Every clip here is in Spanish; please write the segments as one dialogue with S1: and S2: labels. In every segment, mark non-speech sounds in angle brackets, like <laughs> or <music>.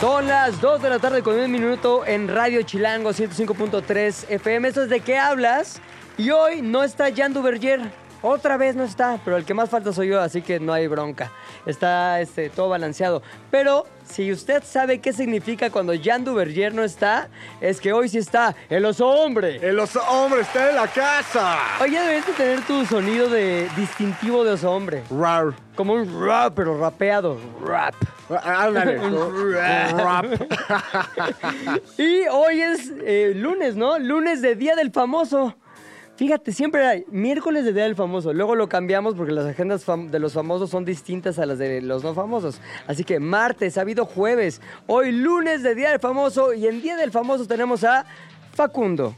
S1: Son las 2 de la tarde con un minuto en Radio Chilango 105.3 FM. Esto es de qué hablas. Y hoy no está Yandu Berger. Otra vez no está, pero el que más falta soy yo, así que no hay bronca. Está este, todo balanceado. Pero si usted sabe qué significa cuando Yandu Berger no está, es que hoy sí está el oso hombre.
S2: El oso hombre está en la casa.
S1: Oye, deberías de tener tu sonido de distintivo de oso hombre.
S2: Rar.
S1: Como un rap, pero rapeado. Rap.
S2: Ándale. Rap.
S1: Y hoy es eh, lunes, ¿no? Lunes de Día del Famoso. Fíjate, siempre hay miércoles de Día del Famoso. Luego lo cambiamos porque las agendas fam- de los famosos son distintas a las de los no famosos. Así que martes, ha habido jueves. Hoy lunes de Día del Famoso. Y en Día del Famoso tenemos a Facundo.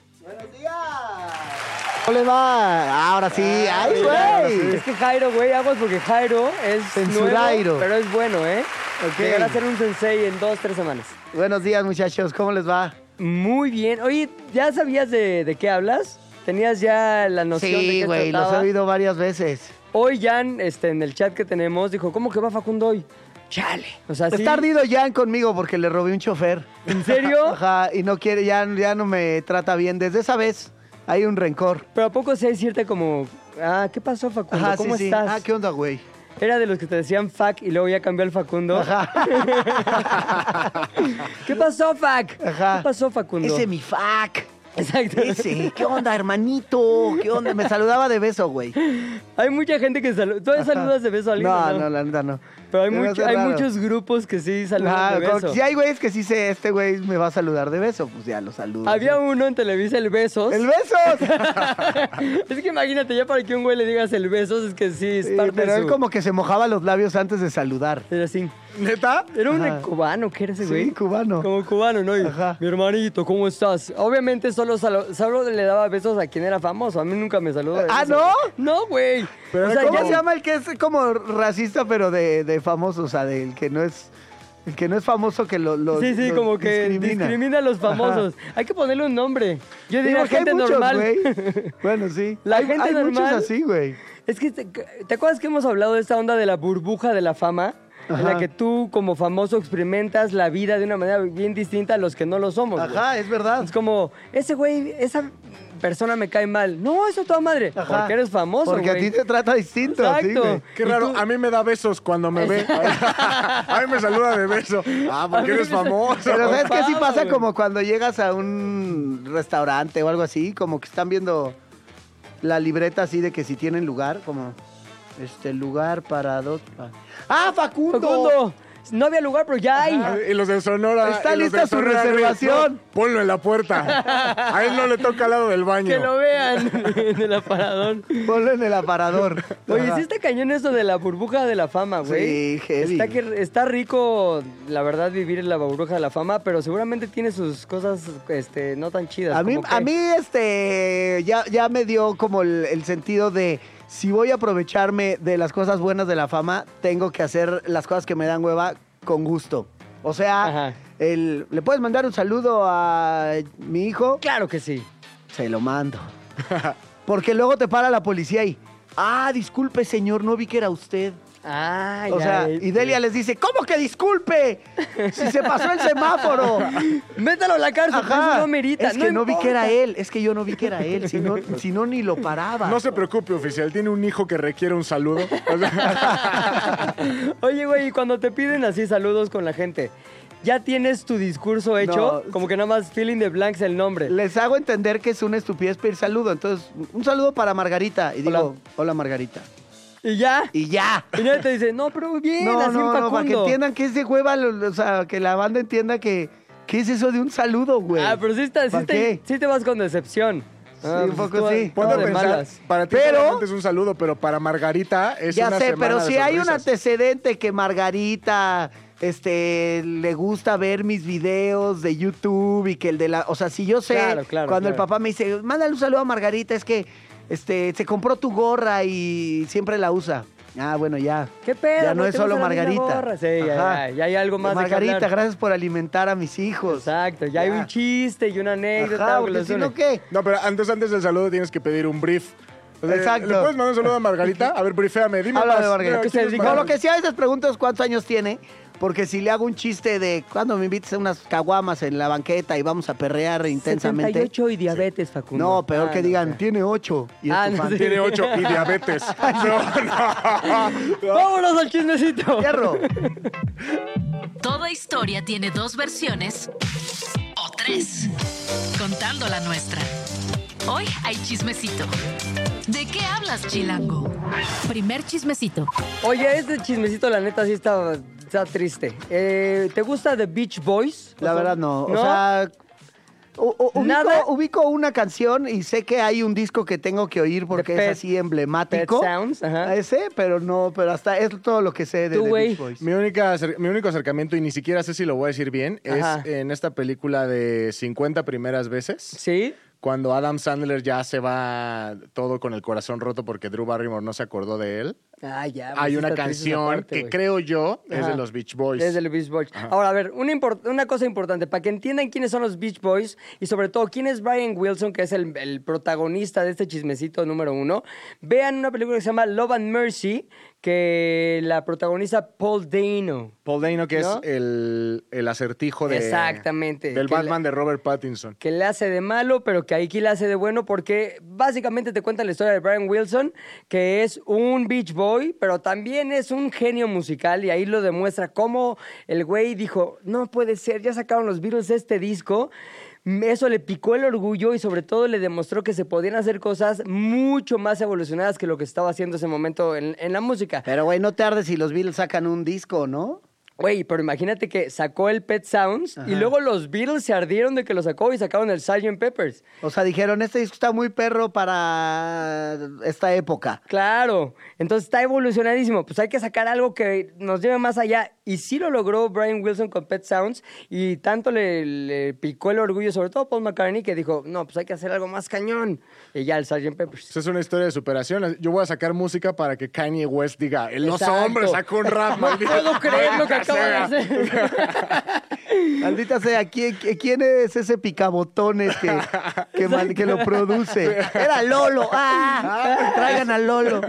S3: ¿Cómo les va? Ahora sí.
S1: Ah,
S3: ¡Ay, güey!
S1: Es que Jairo, güey, aguas porque Jairo es nuevo,
S3: Censurairo.
S1: pero es bueno, ¿eh?
S3: Ok.
S1: Llegará a ser un sensei en dos, tres semanas.
S3: Buenos días, muchachos. ¿Cómo les va?
S1: Muy bien. Oye, ¿ya sabías de, de qué hablas? ¿Tenías ya la noción de
S3: sí,
S1: qué
S3: güey. Los he
S1: trataba?
S3: oído varias veces.
S1: Hoy Jan, este, en el chat que tenemos, dijo, ¿cómo que va Facundo hoy? Chale. O sea, sí,
S3: Pues Está ardido Jan conmigo porque le robé un chofer.
S1: ¿En serio?
S3: <laughs> Ajá, y no quiere, ya, ya no me trata bien. Desde esa vez hay un rencor.
S1: Pero ¿a poco sí hay cierta como, ah, ¿qué pasó Facundo?
S3: Ajá,
S1: ¿Cómo
S3: sí,
S1: estás?
S3: sí. Ah, ¿qué onda, güey?
S1: Era de los que te decían Fac y luego ya cambió al Facundo. <laughs> ¿Qué pasó, Fac?
S3: Ajá.
S1: ¿Qué pasó, Facundo?
S3: Ese mi fac.
S1: Exacto.
S3: Ese, ¿qué onda, hermanito? ¿Qué onda? Me saludaba de beso, güey.
S1: <laughs> Hay mucha gente que saluda. ¿Tú saludas de beso a alguien? o
S3: No, no, la neta no.
S1: Pero hay,
S3: Se me
S1: mucho-
S3: hace
S1: hay
S3: raro.
S1: muchos grupos que sí saludan
S3: Ah,
S1: de
S3: como-
S1: beso.
S3: Si hay güeyes que sí se, este güey me va a saludar de beso, pues ya lo saludo.
S1: Había
S3: Sí.
S1: uno en Televisa, el Besos.
S3: ¡El beso!
S1: <laughs> es que imagínate, ya para que un güey le digas el Besos, es que sí, es
S3: Sí,
S1: parte
S3: pero
S1: de su...
S3: él como que se mojaba los labios antes de saludar.
S1: Era así.
S2: ¿Neta?
S1: Era un
S3: Ajá.
S1: cubano, ¿qué era ese
S3: Sí,
S1: güey?
S3: cubano.
S1: Como cubano, ¿no? Y,
S3: Ajá.
S1: Mi hermanito, ¿cómo estás? Obviamente solo, salo- solo le daba besos a quien era famoso. A mí nunca me saludó. de
S3: ¿Ah,
S1: beso.
S3: no?
S1: No, güey.
S3: Pero
S1: O sea,
S3: ¿Cómo
S1: ya-
S3: se llama el que es como racista, pero de, de famoso? O sea, del que no es. El que no es famoso que lo. lo-
S1: Sí, sí,
S3: lo
S1: como que discrimina. a los
S3: Ajá.
S1: famosos. Hay que ponerle un nombre. Yo
S3: Digo,
S1: diría
S3: que hay
S1: gente
S3: muchos,
S1: normal. <laughs>
S3: güey. Bueno, sí.
S1: La
S3: hay,
S1: gente
S3: hay
S1: normal.
S3: muchos así, güey.
S1: Es que, te, ¿te acuerdas que hemos hablado de esta onda de la burbuja de la fama? En la
S3: Ajá.
S1: que tú, como famoso, experimentas la vida de una manera bien distinta a los que no lo somos. güey.
S3: Ajá, es verdad.
S1: Es como, ese güey, esa persona me cae mal. No, eso toda madre.
S3: Ajá.
S1: Porque eres famoso,
S3: Porque
S1: güey.
S3: a ti te trata distinto, sí,
S1: Exacto.
S3: güey.
S2: Qué raro, a mí me da besos cuando me
S3: <laughs>
S2: ve. A mí me saluda de beso. Ah,
S1: A mí
S2: porque eres
S1: me-
S2: famoso.
S3: Pero sabes que sí
S1: Pasa,
S3: pasa
S1: güey.
S3: como cuando llegas a un restaurante o algo así, como que están viendo la libreta así de que si tienen lugar, como este lugar para dos. pa- Ah, Facundo.
S1: Facundo, no había lugar, pero ya hay.
S2: Ah, Y los de Sonora.
S3: Está
S2: y los de
S3: lista su
S2: Sonora, güey,
S3: reservación.
S2: no, ponlo en la puerta. A él no le toca al lado del
S1: Que
S2: baño.
S1: lo vean <laughs> en el aparadón.
S3: Ponlo en el aparador.
S1: Oye,
S3: Ajá.
S1: sí está cañón eso de la burbuja de la fama, güey.
S3: Sí, heavy.
S1: Está, que- está rico, la verdad, vivir en la burbuja de la fama, pero seguramente tiene sus cosas este, no tan chidas.
S3: A mí,
S1: como que-
S3: a mí, este, ya, ya me dio como el, el sentido de si voy a aprovecharme de las cosas buenas de la fama, tengo que hacer las cosas que me dan hueva con gusto. O
S1: Ajá.
S3: sea, el, le puedes mandar un saludo a mi hijo,
S1: Claro que sí.
S3: se lo mando. <laughs> Porque luego te para la policía y, ah, disculpe señor, no vi que era usted.
S1: Ah,
S3: o
S1: ya,
S3: sea,
S1: eh,
S3: y Delia les dice, ¿cómo que disculpe? Si se pasó el semáforo.
S1: Métalo a la cárcel, <laughs> eso no merita.
S3: Es que no, vi que era
S1: importa.
S3: él. Es que yo no vi que era él. Si no, si no ni lo paraba.
S2: No se preocupe, oficial. Tiene un hijo que requiere un saludo.
S3: <laughs>
S2: O sea,
S1: <laughs> Oye, güey, y cuando te piden así saludos con la gente, ¿ya tienes tu discurso hecho?
S3: No.
S1: Como que nada más feeling the blanks el nombre.
S3: Les hago entender que es una estupidez pedir saludo. Entonces, un saludo para Margarita. Y digo,
S1: Hola.
S3: hola, Margarita.
S1: Y ya.
S3: Y ya.
S1: Y nadie te dice, no, pero bien,
S3: No,
S1: así
S3: no,
S1: un
S3: no, para que
S1: Facundo.
S3: entiendan que es de hueva, lo- o sea, que la banda entienda que, ¿qué es eso de un saludo, güey?
S1: Ah, pero sí, está, sí,
S3: ¿Para
S1: te-
S3: qué?
S1: sí te vas con decepción. Ah,
S3: un
S1: pues
S3: poco
S1: tú-
S3: sí.
S1: tú
S2: ponte a
S1: de
S2: pensar.
S1: malas.
S2: Para ti
S3: Pero-
S2: solamente es un saludo, pero para Margarita es
S3: Ya
S2: una
S3: sé,
S2: semana
S3: pero
S2: de
S3: si hay un
S2: sonrisas.
S3: antecedente que Margarita este, le gusta ver mis videos de YouTube y que el de la... O sea, si yo sé,
S1: Claro, claro,
S3: cuando el
S1: claro.
S3: papá me dice, mándale un saludo a Margarita, es que este, se compró tu gorra y siempre la usa. Ah, bueno, ya.
S1: ¿Qué pedo?
S3: Ya
S1: ¿Por
S3: no
S1: qué
S3: es
S1: te
S3: solo
S1: usa la misma
S3: Margarita.
S1: gorra? Sí, ya,
S3: Ajá.
S1: ya, ya hay algo más de qué
S3: Margarita,
S1: hablar.
S3: gracias por alimentar a mis hijos.
S1: Exacto, ya, hay
S3: Ya.
S1: un chiste y una anécdota.
S3: Ajá,
S1: algo que
S3: porque
S1: los
S3: si no,
S1: une.
S3: ¿qué?
S2: No, pero antes, antes del saludo tienes que pedir un brief. O sea,
S3: Exacto.
S2: ¿Le puedes mandar un saludo a Margarita? A ver, briféame, dime
S3: Habla
S2: más.
S3: de Margarita.
S2: Mira,
S1: Que se
S2: ¿quién es
S1: dedica-
S3: No,
S1: Margarita.
S3: lo que sí a veces pregunto es cuántos años tiene, porque si le hago un chiste de cuando me invites a unas caguamas en la banqueta y vamos a perrear intensamente.
S1: 78 y diabetes, Facundo.
S3: No,
S1: Ah,
S3: peor que
S1: no,
S3: digan,
S1: ya.
S3: tiene ocho. Y es
S1: Ah,
S3: tu
S1: no,
S3: fan. <laughs>
S1: sí.
S2: Tiene ocho y <laughs> diabetes. No, no.
S1: ¡Vámonos al chismecito!
S3: <laughs> Fierro.
S4: Toda historia tiene dos versiones o tres, contando la nuestra. Hoy hay chismecito. ¿De qué hablas, Chilango? Primer chismecito.
S1: Oye, este chismecito, la neta, sí está, está triste. Eh, ¿Te gusta The Beach Boys?
S3: La verdad no. O sea, u- u- ubico,
S1: Nada.
S3: ubico una canción y sé que hay un disco que tengo que oír porque
S1: The Pet-
S3: es así emblemático. Ah,
S1: Pet Sounds, ajá.
S3: Ese, pero no, pero hasta es todo lo que sé de
S1: Tú,
S3: The
S1: güey.
S3: Beach Boys.
S2: Mi, única acer- mi único acercamiento, y ni siquiera sé si lo voy a decir bien, es
S1: Ajá.
S2: en esta película de 50 primeras veces,
S1: ¿Sí?
S2: cuando Adam Sandler ya se va todo con el corazón roto porque Drew Barrymore no se acordó de él.
S1: Ah, ya. güey,
S2: Hay
S1: sí
S2: una
S1: está triste esa
S2: canción
S1: parte,
S2: que
S1: güey.
S2: creo yo es
S1: Ajá.
S2: de los Beach Boys.
S1: Es de los Beach Boys. Ahora, a ver, una, import- una cosa importante, para que entiendan quiénes son los Beach Boys y sobre todo quién es Brian Wilson, que es el, el protagonista de este chismecito número uno, vean una película que se llama Love and Mercy, que la protagoniza Paul Dano.
S2: Paul Dano, que
S1: ¿No?
S2: es el, el acertijo de,
S1: Exactamente.
S2: del
S1: Que la-
S2: Batman de Robert Pattinson.
S1: que le hace de malo, pero que aquí le hace de bueno, porque básicamente te cuenta la historia de Brian Wilson, que es un beach boy, pero también es un genio musical, y ahí lo demuestra cómo el güey dijo, no puede ser, ya sacaron los Beatles este disco. Mm, Eso le picó el orgullo y sobre todo le demostró que se podían hacer cosas mucho más evolucionadas que lo que estaba haciendo ese momento en, en la música.
S3: Pero güey, no tarde si los Beatles sacan un disco, ¿no?
S1: Güey, pero imagínate que sacó el Pet Sounds y luego los Beatles se ardieron de que lo sacó y sacaron el Sgt. Peppers.
S3: O sea, dijeron, este disco está muy perro para esta época.
S1: Claro, entonces está evolucionadísimo. Pues hay que sacar algo que nos lleve más allá. Y sí lo logró Brian Wilson con Pet Sounds. Y tanto le, le picó el orgullo, sobre todo a Paul McCartney, que dijo: No, pues hay que hacer algo más cañón. Y ya el Sgt. Peppers.
S2: Pues es una historia de superación. Yo voy a sacar música para que Kanye West diga, el oso
S1: Exacto.
S2: hombre sacó un rap.
S1: <laughs> No
S2: maldito". <laughs>
S1: puedo creer lo que
S2: Maldita
S1: acaban de
S2: sea.
S1: hacer. <laughs>
S3: Maldita sea, ¿quién, quién es ese picabotones que,
S1: <laughs>
S3: que, mal- que lo produce? Era Lolo.
S1: <laughs>
S3: ¡Ah! Traigan a Lolo.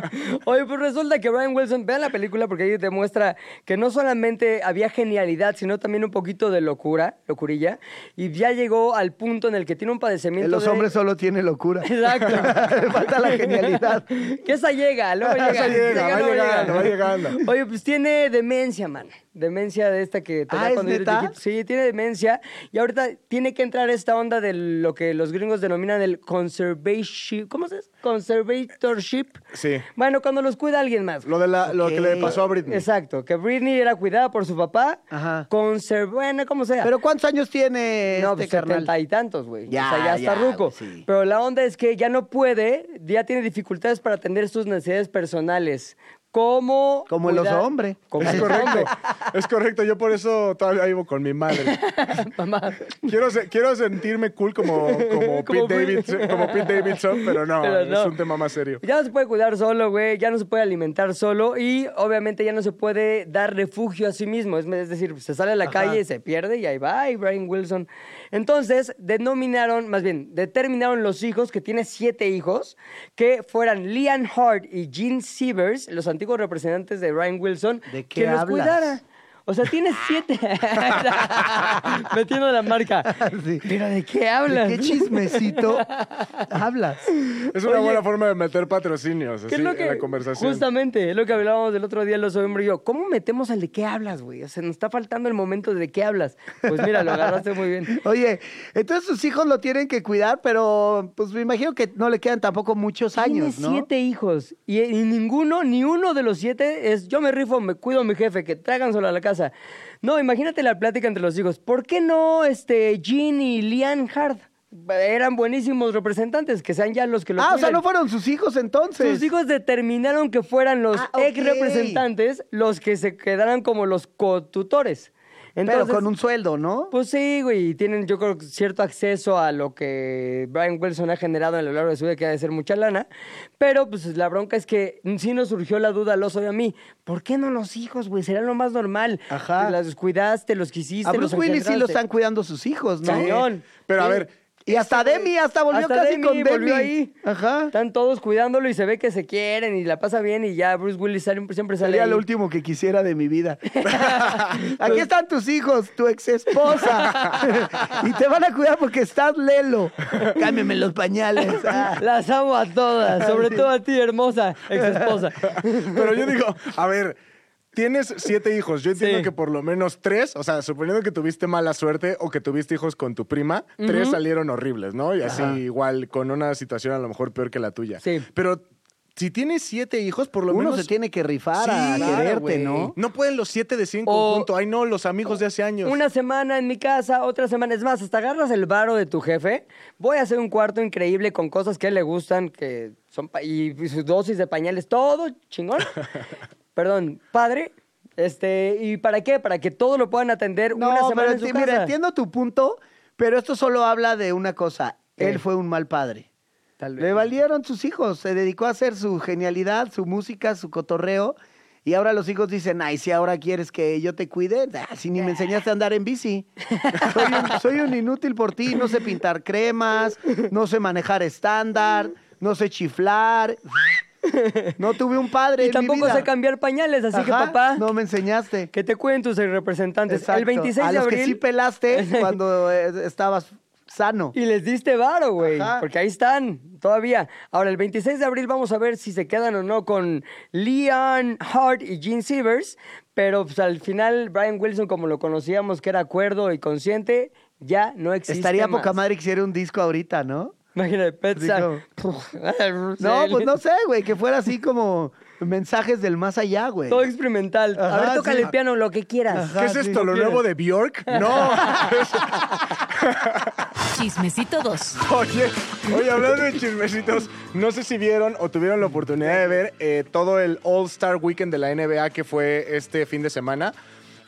S1: Oye, pues resulta que Brian Wilson, vean la película porque ahí demuestra que no solamente había genialidad, sino también un poquito de locura, locurilla, y ya llegó al punto en el que tiene un padecimiento.
S3: Eh, Los
S1: de-
S3: hombres solo tienen locura.
S1: Exacto.
S3: Le <laughs> falta la genialidad.
S1: Que esa llega, luego llega.
S2: Esa llega, va
S1: luego
S2: llegando, va llegando.
S1: Oye, pues tiene demencia, man. Demencia de esta que tenía
S3: Ah, ¿es
S1: cuando yo era
S3: neta?
S1: chiquito. Sí, tiene demencia. Y ahorita tiene que entrar esta onda de lo que los gringos denominan el conservatorship. ¿Cómo se dice? Conservatorship.
S2: Sí.
S1: Bueno, cuando los cuida alguien más.
S2: Lo, de la- lo que le
S3: Ok.
S2: pasó a Britney.
S1: Exacto, que Britney era cuidada por su papá.
S3: Ajá.
S1: Conser- bueno, como sea.
S3: ¿Pero cuántos años tiene
S1: No,
S3: este
S1: pues
S3: carnal?
S1: setenta y tantos, güey. O
S3: Ya,
S1: sea, ya está
S3: ya,
S1: ruco.
S3: güey, sí.
S1: Pero la onda es que ya no puede, ya tiene dificultades para atender sus necesidades personales. Como.
S3: Como Pues, el oso
S1: cuidar- <laughs>
S3: hombre.
S1: Como
S2: Es
S1: el
S2: correcto,
S1: hombre.
S2: es correcto. Yo por eso todavía vivo con mi
S1: <laughs>
S2: madre.
S1: Mamá.
S2: Quiero, se- quiero sentirme cool como, como,
S1: Como
S2: Pete
S1: Britney.
S2: Davidson, como Pete Davidson, <laughs> pero no,
S1: Pero no.
S2: es un tema más serio.
S1: Ya no se puede cuidar solo, güey. Ya no se puede alimentar solo. Y obviamente ya no se puede dar refugio a sí mismo. Es, es decir, se sale a la calle y se pierde y ahí va, y Brian Wilson. Entonces, denominaron, más bien, determinaron los hijos, que tiene siete hijos, que fueran Lian Hart y Gene Sievers, los antiguos representantes de Brian Wilson,
S3: ¿De qué
S1: que los
S3: hablas?
S1: cuidara. O sea, tiene
S3: <laughs>
S1: siete. <laughs> Metiendo la marca.
S3: Sí.
S1: ¿Pero de qué
S3: ¿De
S1: hablas?
S3: qué chismecito hablas?
S2: Es una
S1: Oye.
S2: buena forma de meter patrocinios así,
S1: ¿Qué es lo
S2: Pues en
S1: que,
S2: la conversación.
S1: Justamente, es lo que hablábamos del otro día, los hombres y yo. ¿Cómo metemos el de qué hablas, güey? O sea, nos está faltando el momento de de qué hablas. Pues mira, lo agarraste muy bien.
S3: Oye, entonces sus hijos lo tienen que cuidar, pero pues me imagino que no le quedan tampoco muchos <laughs>
S1: Tiene
S3: años, ¿no?
S1: siete hijos y, y ninguno, ni uno de los siete es yo me rifo, me cuido a mi jefe, que traigan solo a la casa. No, imagínate la plática entre los hijos. ¿Por qué no este, Jean y Lian Hard? eran buenísimos representantes, que sean ya los que lo
S3: Ah, o sea,
S1: cuidan.
S3: no fueron sus hijos entonces.
S1: Sus hijos determinaron que fueran los
S3: Ah, ok.
S1: ex representantes los que se quedaran como los cotutores. Entonces,
S3: Pero con un sueldo, ¿no?
S1: Pues sí, güey, y tienen yo creo cierto acceso a lo que Brian Wilson ha generado a lo largo de su vida, que ha de ser mucha lana. Pero pues la bronca es que sí nos surgió la duda al oso y a mí. ¿Por qué no los hijos, güey? Será lo más normal.
S3: Ajá.
S1: Los cuidaste, los quisiste,
S3: A Bruce
S1: los
S3: Willis sí lo
S1: engendraste.
S3: están cuidando sus hijos, ¿no?
S1: Cañón.
S2: Pero a
S1: Sí. Este,
S2: ver,
S3: Y hasta Demi, hasta volvió
S1: Hasta
S3: casi
S1: Demi,
S3: con Demi.
S1: volvió ahí.
S3: Ajá.
S1: Están todos cuidándolo y se ve que se quieren y la pasa bien y ya Bruce Willis sale- siempre sale
S3: Sería
S1: ahí. Pues,
S3: lo último que quisiera de
S1: <laughs>
S3: mi vida. Aquí están tus hijos, tu ex
S1: <laughs>
S3: esposa. <laughs> y te van a cuidar porque estás lelo. Cámbiame
S1: <laughs>
S3: los pañales. Ah.
S1: Las amo a todas, sobre todo a ti, hermosa ex esposa.
S2: Pero yo digo, a ver, tienes siete hijos. Yo entiendo
S1: Sí.
S2: que por lo menos tres, o sea, suponiendo que tuviste mala suerte o que tuviste hijos con tu prima, tres salieron horribles, ¿no? Y así igual, con una situación a lo mejor peor que la tuya.
S1: Sí.
S2: Pero si tienes siete hijos, por lo
S3: Uno
S2: menos...
S3: se tiene que rifar a
S2: Sí, claro,
S3: quererte,
S1: güey.
S3: ¿no?
S2: No pueden los siete de cien en
S1: O-
S2: conjunto. Ay, no, los amigos de hace años.
S1: Una semana en mi casa, otra semana. Es más, hasta agarras el varo de tu jefe. Voy a hacer un cuarto increíble con cosas que a él le gustan, que son pa- y y su dosis de pañales, todo
S3: <laughs>
S1: chingón. Perdón, padre. Este, ¿y para qué? Para que todo lo puedan atender
S3: No,
S1: una semana
S3: pero
S1: en su
S3: enti-
S1: casa.
S3: mira, entiendo tu punto, pero esto solo habla de una cosa.
S1: ¿Qué?
S3: Él fue un mal padre.
S1: Tal vez.
S3: Le valieron sus hijos, se dedicó a hacer su genialidad, su música, su cotorreo. Y ahora los hijos dicen, ay, si ahora quieres que yo te cuide, ah, si ni me enseñaste a andar en
S1: <laughs>
S3: bici. Soy un, soy un inútil por ti, no sé pintar cremas, no sé manejar estándar, no
S1: <laughs>
S3: sé chiflar. No tuve un padre.
S1: Y
S3: en mi
S1: tampoco
S3: vida.
S1: sé cambiar pañales, así que
S3: Ajá,
S1: papá,
S3: No me enseñaste.
S1: que te cuiden tus representantes. El
S3: Exacto.
S1: 26
S3: a
S1: de
S3: los
S1: abril.
S3: que
S1: <laughs>
S3: sí pelaste cuando eh, estabas sano.
S1: Y les diste varo, güey.
S3: Ajá.
S1: Porque ahí están, todavía. Ahora, el 26 de abril vamos a ver si se quedan o no con Leon Hart y Gene Sievers. Pero pues, al final, Brian Wilson, como lo conocíamos, que era acuerdo y consciente, ya no existe.
S3: Estaría
S1: más.
S3: poca madre que hiciera un disco ahorita, ¿no?
S1: Imagínate, Petsa.
S3: Digo,
S1: <laughs>
S3: No, pues no sé, güey, que fuera así como mensajes del más allá, güey.
S1: Todo experimental. a
S3: Ajá,
S1: ver, tócale
S3: sí.
S1: el piano, lo que quieras.
S2: ¿Qué es
S3: Ajá, sí,
S2: esto?
S3: no
S2: ¿Lo
S3: quiero.
S2: nuevo de Bjork?
S3: <laughs>
S2: No.
S4: Chismecito 2.
S2: Oye, oye, hablando de chismecitos, no sé si vieron o tuvieron la oportunidad de ver eh, todo el All Star Weekend de la NBA que fue este fin de semana.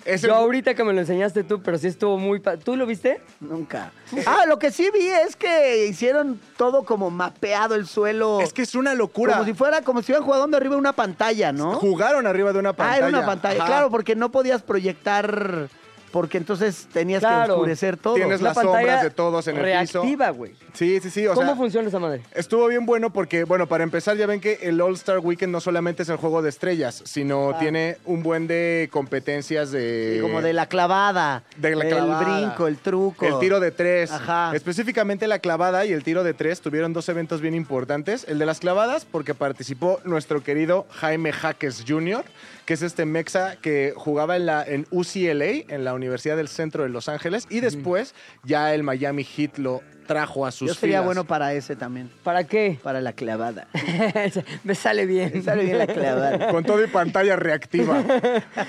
S2: Es el-
S1: Yo ahorita que me lo enseñaste tú, pero sí estuvo muy... pa- ¿Tú lo viste?
S3: Nunca. Ah, lo que sí vi es que hicieron todo como mapeado el suelo.
S2: es que es una locura.
S3: como si fuera, como si estuvieran jugando arriba de una pantalla, ¿no?
S2: Jugaron arriba de una pantalla.
S3: Ah, era una pantalla.
S2: Ajá.
S3: Claro, porque no podías proyectar, porque entonces tenías que
S1: Claro.
S3: oscurecer todo.
S2: Tienes
S1: Una
S2: las sombras
S1: pantalla
S2: de todos en el piso.
S1: Reactiva, güey.
S2: Sí, sí, sí. O
S1: ¿Cómo
S2: sea,
S1: funciona esa madre?
S2: Estuvo bien bueno porque, bueno, para empezar ya ven que el All Star Weekend no solamente es el juego de estrellas, sino tiene un buen de competencias de...
S3: Sí, como de la clavada,
S2: de la clavada.
S3: el brinco, el truco,
S2: El tiro de tres.
S3: Ajá.
S2: Específicamente la clavada y el tiro de tres tuvieron dos eventos bien importantes. El de las clavadas, porque participó nuestro querido Jaime Jaques Jr., que es este mexa que jugaba en, la, en UCLA, en la Universidad del Centro de Los Ángeles, y después ya el Miami Heat lo trajo a sus
S3: Yo sería
S2: filas.
S3: bueno para ese también,
S1: ¿Para
S3: <laughs>
S1: qué? <laughs>
S3: para la clavada.
S1: Me sale bien.
S3: Me sale bien la
S2: <laughs>
S3: clavada.
S2: Con todo y pantalla reactiva.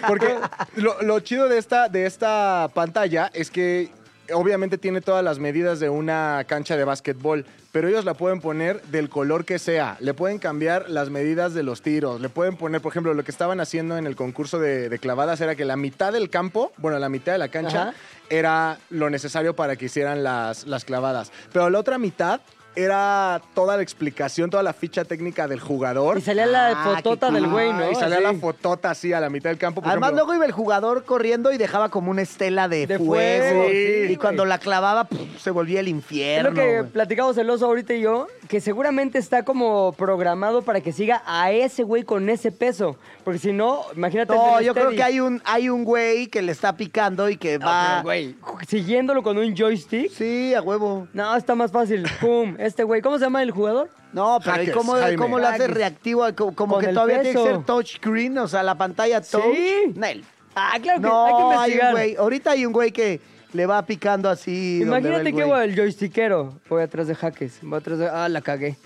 S2: Porque lo, lo chido de esta, de esta pantalla es que obviamente tiene todas las medidas de una cancha de básquetbol, pero ellos la pueden poner del color que sea. Le pueden cambiar las medidas de los tiros. Le pueden poner, por ejemplo, lo que estaban haciendo en el concurso de, de clavadas era que la mitad del campo, bueno, la mitad de la cancha,
S1: Ajá.
S2: era lo necesario para que hicieran las, las clavadas. Pero la otra mitad era toda la explicación, toda la ficha técnica del jugador.
S1: Y salía la
S3: Ah,
S1: fotota
S3: qué
S1: del
S3: cool.
S1: güey, ¿no?
S2: Y salía la
S1: Así.
S2: fotota así a la mitad del campo. por
S3: Además
S2: ejemplo.
S3: luego iba el jugador corriendo y dejaba como una estela de,
S1: De
S3: fuego.
S1: fuego, sí,
S3: y
S1: güey.
S3: cuando la clavaba pff, se volvía el
S1: Es
S3: infierno.
S1: lo que
S3: güey.
S1: platicamos el oso ahorita y yo, que seguramente está como programado para que siga a ese güey con ese peso. Porque si no, imagínate. el
S3: No,
S1: Ben
S3: yo creo
S1: Steady.
S3: que hay un hay un güey que le está picando y que
S1: No,
S3: va.
S1: Ah, pero, güey, ju- Siguiéndolo con un joystick.
S3: Sí, a huevo.
S1: No, está más
S3: <laughs>
S1: fácil. ¡Pum! Este güey. ¿Cómo se llama el jugador?
S3: No, pero ¿y
S2: Hackers,
S3: cómo,
S2: Jaime.
S3: cómo lo hace
S1: Hackers.
S3: reactivo? Como, como
S1: Con
S3: que
S1: el
S3: todavía tiene que
S1: peso.
S3: ser touchscreen, o sea, la pantalla touch.
S1: Sí.
S3: Nel.
S1: Ah, claro que hay que
S3: No, hay, un
S1: investigar.
S3: güey. Ahorita hay un güey que le va picando así. donde va
S1: Imagínate
S3: el
S1: que
S3: güey.
S1: güey, el joystickero. Voy atrás de jaques. Voy atrás de. Ah, la cagué.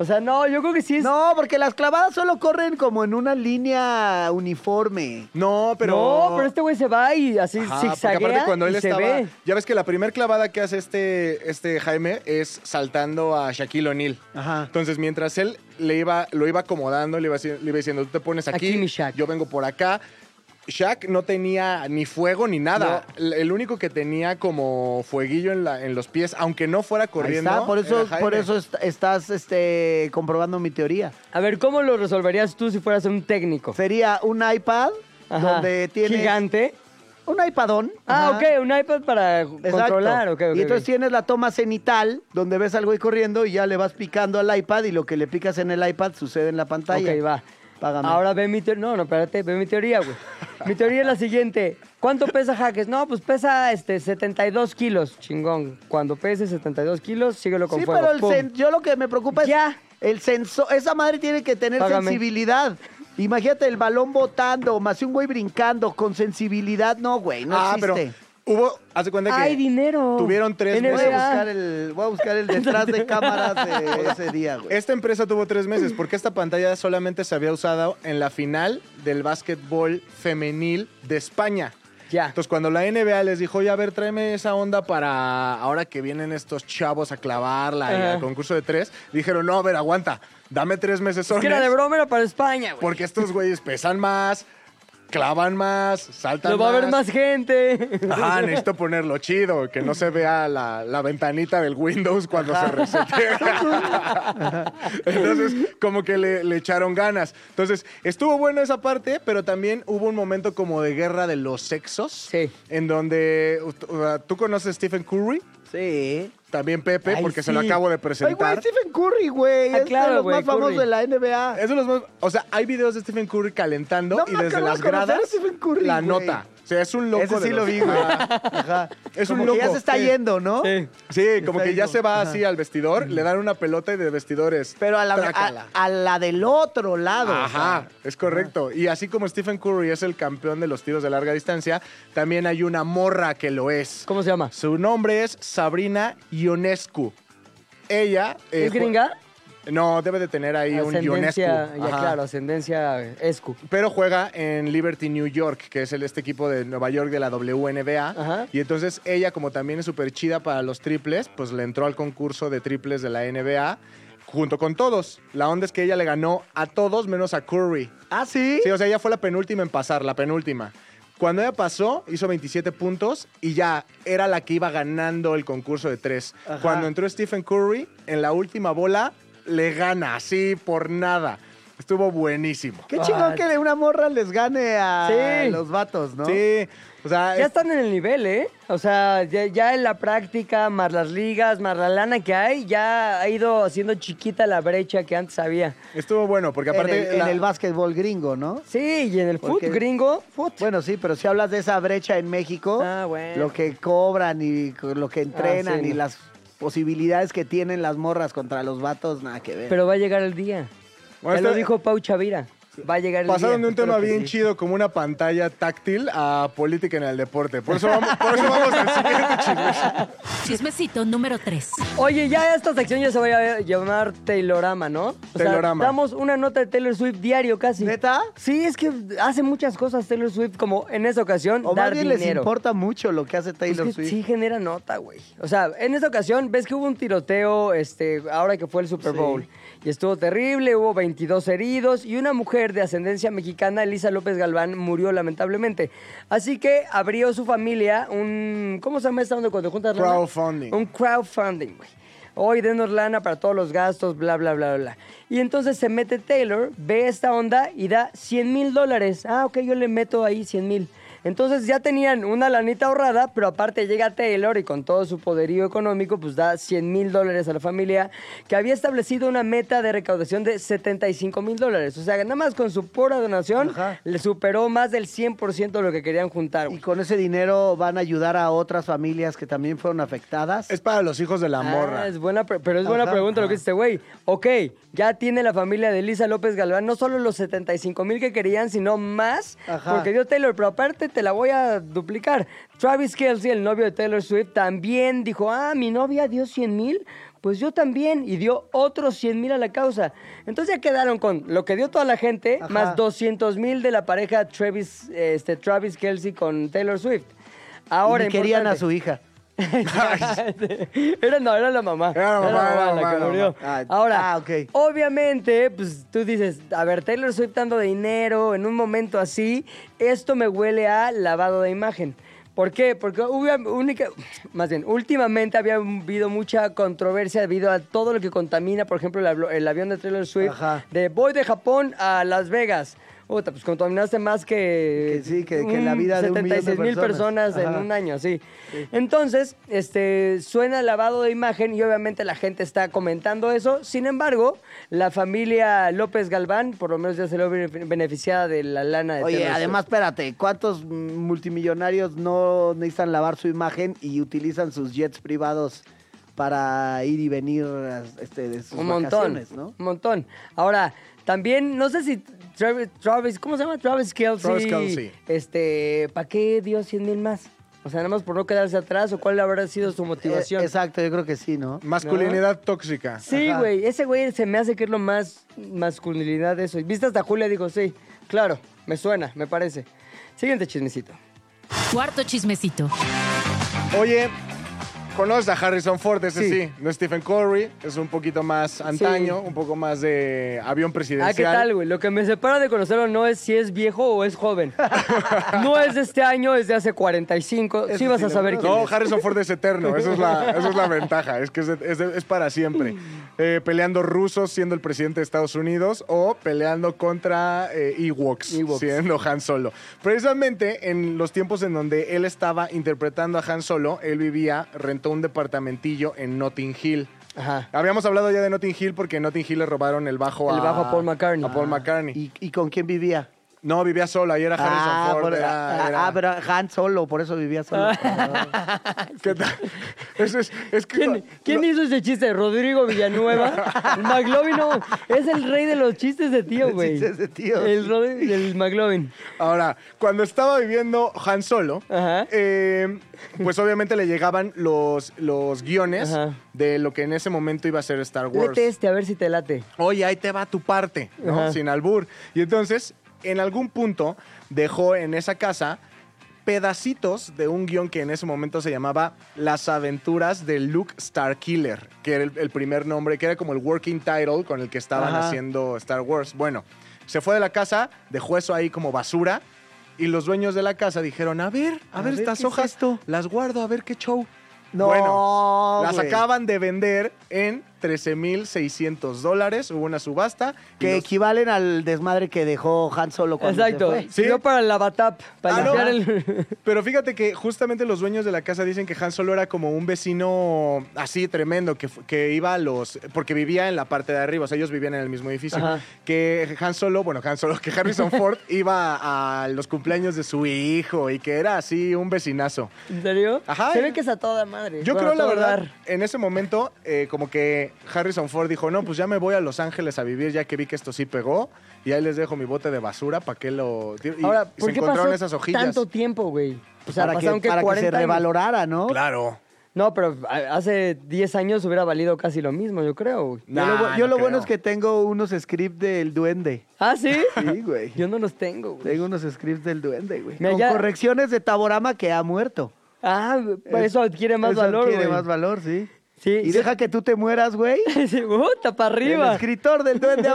S1: O sea, no, yo creo que sí es.
S3: No, porque las clavadas solo corren como en una línea uniforme.
S2: No, pero.
S1: No, pero este güey se va y así
S2: Ajá, porque
S1: zigzaguea
S2: aparte cuando él
S1: y
S2: estaba,
S1: se ve.
S2: ya ves que la primera clavada que hace este, este Jaime es saltando a Shaquille O'Neal.
S3: Ajá.
S2: Entonces, mientras él le iba, lo iba acomodando, le iba, haci- le iba diciendo, tú te pones aquí,
S1: Aquí, mi Shaq.
S2: yo vengo por acá. Shaq no tenía ni fuego ni nada. El- El único que tenía como fueguillo en, la- en los pies, aunque no fuera
S3: Ahí
S2: corriendo.
S3: está, por eso,
S2: era Jaime.
S3: por eso est- estás este, comprobando mi teoría.
S1: A ver, ¿cómo lo resolverías tú si fueras un técnico?
S3: Sería un iPad
S1: Ajá.
S3: donde tiene
S1: Gigante.
S3: un iPadón.
S1: Ah,
S3: Ajá.
S1: ok, un iPad para
S3: Exacto.
S1: controlar. ok, ok,
S3: y entonces
S1: ok.
S3: tienes la toma cenital, donde ves algo y corriendo y ya le vas picando al iPad y lo que le picas en el iPad sucede en la pantalla.
S1: Ok, va.
S3: Págame.
S1: Ahora ve mi teoría. No, no, espérate, ve mi teoría, güey. mi teoría es la siguiente. ¿Cuánto pesa Jaques? No, pues pesa este 72 kilos. Chingón. Cuando pese 72 kilos, síguelo con
S3: Sí,
S1: fuego.
S3: pero el
S1: Pum.
S3: sen- yo lo que me preocupa es
S1: Ya.
S3: el sensor. Esa madre tiene que tener
S1: Págame.
S3: sensibilidad. Imagínate el balón botando, más un güey brincando con sensibilidad. No, güey, no
S2: ah, pero
S3: existe.
S2: hubo, hace cuenta que
S1: ¡Ay, dinero!
S2: tuvieron tres
S1: NBA.
S3: Voy a
S2: meses.
S3: buscar el, voy a buscar el detrás
S2: <laughs>
S3: de cámaras de ese día,
S1: Pues.
S3: güey.
S2: Esta empresa tuvo tres meses porque esta pantalla solamente se había usado en la final del básquetbol femenil de España.
S1: Ya.
S2: Entonces, cuando la NBA les dijo, oye, a ver, tráeme esa onda para ahora que vienen estos chavos a clavarla y
S1: Ajá.
S2: al concurso de tres, dijeron, no, a ver, aguanta, dame tres meses
S1: Es que era de
S2: sones,
S1: broma, era para España, güey.
S2: porque estos güeyes pesan más, clavan más, saltan
S1: Lo va a ver más
S3: <laughs>
S1: gente.
S2: Ah, necesito ponerlo chido, que no se vea la, la ventanita del Windows cuando se
S3: <laughs>
S2: resetea. Entonces, como que le, le echaron ganas. Entonces, estuvo bueno esa parte, pero también hubo un momento como de guerra de los sexos.
S1: Sí.
S2: En donde uh, uh, tú conoces a Stephen Curry,
S3: Sí.
S2: también Pepe,
S1: Ay,
S2: porque se lo
S1: sí.
S2: acabo de
S3: Ay, güey,
S2: presentar.
S3: Stephen Curry, güey.
S1: Ah,
S3: es
S1: claro,
S3: de los
S1: güey,
S3: más famosos
S1: Curry.
S3: de la NBA.
S2: es de los más- o sea, hay videos de Stephen Curry calentando
S3: No
S2: y
S3: me
S2: desde
S3: acabo de
S2: las
S3: conocer a
S2: gradas
S3: Stephen Curry,
S2: la
S3: güey.
S2: nota. O sea, es un loco
S3: Ese
S2: de
S3: sí
S2: los-
S3: lo vi, güey.
S2: Ah.
S3: Ajá.
S2: Es
S3: Como
S2: un
S3: que ya
S2: loco.
S3: se está
S2: Sí.
S3: yendo, ¿no?
S1: Sí.
S2: Sí, como
S3: Está
S2: que ya
S3: ahí,
S2: se va
S3: ajá.
S2: así al vestidor, le dan una pelota y de vestidores.
S3: Pero a la,
S2: trácala.
S3: a- a la del otro lado.
S2: Ajá,
S3: o sea.
S2: es correcto. Y así como Stephen Curry es el campeón de los tiros de larga distancia, también hay una morra que lo es.
S1: ¿Cómo se llama?
S2: Su nombre es Sabrina Ionescu. Ella... eh,
S1: ¿Es gringa?
S2: jue- No, debe de tener ahí un Ionescu.
S1: Ascendencia, ya
S2: Ajá.
S1: claro, ascendencia eh, escu.
S2: Pero juega en Liberty New York, que es el, este equipo de Nueva York de la WNBA.
S1: Ajá.
S2: Y entonces ella, como también es súper chida para los triples, pues le entró al concurso de triples de la NBA junto con todos. La onda es que ella le ganó a todos menos a Curry.
S3: Ah, sí.
S2: Sí, o sea, ella fue la penúltima en pasar, la penúltima. Cuando ella pasó, hizo 27 puntos y ya era la que iba ganando el concurso de tres.
S3: Ajá.
S2: Cuando entró Stephen Curry, en la última bola le gana, así por nada. Estuvo buenísimo.
S3: Qué chingón
S1: Ah.
S3: que de una morra les gane a
S1: Sí.
S3: los vatos, ¿no?
S2: Sí, o sea,
S1: Ya
S2: es-
S1: están en el nivel, ¿eh? O sea, ya, ya en la práctica, más las ligas, más la lana que hay, ya ha ido haciendo chiquita la brecha que antes había.
S2: estuvo bueno, porque aparte...
S3: en, el, en
S2: la-
S3: el básquetbol gringo, ¿no?
S1: Sí, y en el fútbol
S3: Porque-
S1: gringo, fut.
S3: Bueno, sí, pero si hablas de esa brecha en México,
S1: Ah, bueno.
S3: lo que cobran y co- lo que entrenan
S1: Ah, sí,
S3: y
S1: no.
S3: las posibilidades que tienen las morras contra los vatos, nada que ver.
S1: pero va a llegar el día.
S2: Bueno,
S1: ya
S2: está-
S1: lo dijo Pau Chavira. Va a llegar el
S2: Pasaron
S1: día.
S2: de un tema
S1: Espero que
S2: bien
S1: sí.
S2: chido como una pantalla táctil a política en el deporte. Por eso vamos, por eso vamos al siguiente
S1: <laughs>
S2: chisme.
S4: Chismecito número 3.
S1: Oye, ya esta sección ya se va a llamar Taylorama, ¿no? O sea,
S2: Taylorama.
S1: damos una nota de Taylor Swift diario casi.
S3: ¿Neta?
S1: Sí, es que hace muchas cosas Taylor Swift, como en esa ocasión,
S3: o más
S1: dar
S3: bien les
S1: dinero. Pues
S3: importa mucho lo que hace Taylor
S1: Es que
S3: Swift.
S1: Sí genera nota, güey. O sea, en esta ocasión ves que hubo un tiroteo, este, ahora que fue el Super Bowl. Y estuvo terrible, hubo 22 heridos y una mujer de ascendencia mexicana, Elisa López Galván, murió lamentablemente. Así que abrió su familia un, ¿cómo se llama esta onda cuando juntas lana?
S2: Crowdfunding.
S1: Un crowdfunding, güey. Hoy denos lana para todos los gastos, bla, bla, bla, bla. Y entonces se mete Taylor, ve esta onda y da 100 mil dólares. Ah, ok, yo le meto ahí 100 mil. Entonces ya tenían una lanita ahorrada, pero aparte llega Taylor y con todo su poderío económico, pues da 100 mil dólares a la familia, que había establecido una meta de recaudación de 75 mil dólares. O sea, nada más con su pura donación,
S3: Ajá.
S1: le superó más del 100% de lo que querían juntar.
S3: Y
S1: güey.
S3: con ese dinero van a ayudar a otras familias que también fueron afectadas.
S2: Es para los hijos de la
S1: Ah,
S2: morra.
S1: es buena, pre- pero es buena
S3: Ajá,
S1: pregunta lo
S3: ajá.
S1: que dice este güey. Ok, ya tiene la familia de Elisa López Galván, no solo los 75 mil que querían, sino más,
S3: Ajá.
S1: porque dio Taylor, pero aparte te la voy a duplicar. Travis Kelsey, el novio de Taylor Swift, también dijo, ah, mi novia dio 100 mil, Pues yo también, y dio otros 100 mil a la causa. Entonces ya quedaron con lo que dio toda la gente,
S3: Ajá.
S1: más 200 mil de la pareja Travis, este, Travis Kelsey con Taylor Swift. Ahora,
S3: Ahora querían a
S1: importante.
S3: su hija.
S1: <laughs> era, no, era la mamá.
S2: Era la mamá, era la mamá,
S1: que
S2: la
S1: murió.
S3: mamá. Ah,
S1: Ahora,
S3: ah, ok.
S1: obviamente, pues tú dices, a ver, Taylor Swift dando dinero en un momento así, esto me huele a lavado de imagen. ¿Por qué? Porque hubo única, más bien, últimamente había habido mucha controversia debido a todo lo que contamina, por ejemplo, el, avlo- el avión de Taylor Swift,
S3: Ajá.
S1: de voy de Japón a Las Vegas. Puta, pues contaminaste más que,
S3: Que sí, que- que la vida de un millón de
S1: 76 mil
S3: personas.
S1: personas en
S3: Ajá.
S1: un año, sí. Entonces, este, suena lavado de imagen y obviamente la gente está comentando eso. Sin embargo, la familia López Galván, por lo menos ya se lo beneficiada de la lana de
S3: Oye,
S1: Taylor Swift.
S3: además, espérate, ¿cuántos multimillonarios no necesitan lavar su imagen y utilizan sus jets privados para ir y venir este, de sus
S1: un montón,
S3: vacaciones, ¿no?
S1: un montón. Ahora, también, no sé si Travis, Travis- ¿cómo se llama? Travis Kelsey.
S2: Travis Kelce.
S1: Este, ¿para qué dio 100 mil más? O sea, nada más por no quedarse atrás o cuál habrá sido su motivación.
S3: Eh, exacto, yo creo que sí, ¿no?
S2: Masculinidad tóxica.
S1: Sí,
S3: Ajá.
S1: güey, ese güey se me hace que es lo más masculinidad de eso. Y Viste hasta Julia, digo, sí, claro, me suena, me parece. Siguiente chismecito.
S4: Cuarto chismecito.
S2: Oye, conoces a Harrison Ford, ese
S1: Sí.
S2: sí. No es Stephen Curry, es un poquito más antaño, un poco más de avión presidencial.
S1: Ah, ¿qué tal, güey? Lo que me separa de conocerlo no es si es viejo o es joven. No es de este año, es de hace 45. sí vas a saber quién
S2: No, <laughs>
S1: es.
S2: Harrison Ford es eterno, esa es la, esa es la ventaja, es que es, de- es de- es para siempre.
S1: Mm.
S2: Eh, peleando rusos siendo el presidente de Estados Unidos o peleando contra eh, Ewoks,
S1: Ewoks.
S2: siendo Han Solo. Precisamente en los tiempos en donde él estaba interpretando a Han Solo, él vivía, rentó un departamentillo en Notting Hill.
S1: Ajá.
S2: Habíamos hablado ya de Notting Hill porque en Notting Hill le robaron el bajo,
S1: El
S2: a,
S1: bajo a Paul McCartney.
S2: a Paul McCartney.
S3: ¿Y, y con quién vivía?
S2: No, vivía solo, ahí era
S1: Ah,
S2: Harrison Ford.
S3: por-
S2: era-
S3: ah,
S2: era- Ah.
S3: ah, pero Han solo, por eso vivía solo.
S1: <laughs>
S2: ¿Qué tal? Eso es, es que
S1: ¿Quién, quién hizo ese chiste? ¿Rodrigo Villanueva? El McLovin no, es el rey de los chistes de tío, güey.
S3: Chistes de tío.
S1: El, Rodri- el McLovin.
S2: Ahora, cuando estaba viviendo Han Solo,
S1: Ajá.
S2: eh, pues obviamente le llegaban los, los guiones
S1: Ajá.
S2: de lo que en ese momento iba a ser Star Wars.
S1: Lete este, a ver si te late.
S2: Oye, ahí te va tu parte, ¿no?
S1: Ajá.
S2: Sin albur. Y entonces, en algún punto, dejó en esa casa pedacitos de un guión que en ese momento se llamaba Las aventuras de Luke Starkiller, que era el, el primer nombre, que era como el working title con el que estaban
S3: Ajá.
S2: haciendo Star Wars. Bueno, se fue de la casa, dejó eso ahí como basura, y los dueños de la casa dijeron, a ver, a,
S3: A
S2: ver,
S3: ver,
S2: estas
S3: ¿qué es
S2: hojas,
S3: esto?
S2: las guardo, a ver qué show.
S3: No,
S2: bueno, las
S3: Oh, güey.
S2: acaban de vender en 13.600 dólares. Hubo una subasta. y
S3: que
S2: los-
S3: equivalen al desmadre que dejó Han solo cuando se
S1: Exacto.
S3: fue.
S1: Sí.
S2: Sí.
S1: Yo para el Lavatap, para
S2: Ah, no.
S1: limpiar el...
S2: Pero fíjate que justamente los dueños de la casa dicen que Han Solo era como un vecino así tremendo, que, fu- que iba a los... Porque vivía en la parte de arriba, o sea, ellos vivían en el mismo edificio.
S1: Ajá.
S2: Que Han Solo, bueno, Han Solo, que Harrison Ford iba a los cumpleaños de su hijo y que era así un vecinazo.
S1: ¿En serio?
S2: Ajá.
S1: Se ve que es a toda madre.
S2: Yo
S1: Bueno,
S2: creo, la
S1: a todo
S2: verdad,
S1: dar.
S2: en ese momento, eh, como que Harrison Ford dijo, no, pues ya me voy a Los Ángeles a vivir, ya que vi que esto sí pegó, y ahí les dejo mi bote de basura para que lo... Y
S1: Ahora,
S2: se
S1: ¿por qué
S2: encontraron
S1: pasó
S2: esas hojillas.
S1: tanto tiempo, güey? O sea,
S3: para que,
S1: pasaron que,
S3: para que
S1: 40
S3: se
S1: años.
S3: revalorara, ¿no?
S2: Claro.
S1: No, pero a- hace 10 años hubiera valido casi lo mismo, yo creo. güey.
S3: Yo lo, bu-
S2: Nah,
S3: yo
S2: no
S3: lo bueno
S2: creo.
S3: es que tengo unos scripts del duende.
S1: ¿Ah, sí?
S3: Sí, güey.
S1: Yo no los tengo, güey.
S3: Tengo unos scripts del duende, güey.
S1: Mira,
S3: Con
S1: ya-
S3: correcciones de Taborama que ha muerto.
S1: Ah, para eso adquiere más
S3: Eso
S1: valor,
S3: adquiere
S1: güey.
S3: más valor, sí.
S1: Sí,
S3: Y
S1: sí.
S3: deja que tú te mueras, güey.
S1: <laughs> Sí, puta, para
S3: El
S1: arriba.
S3: escritor del duende ha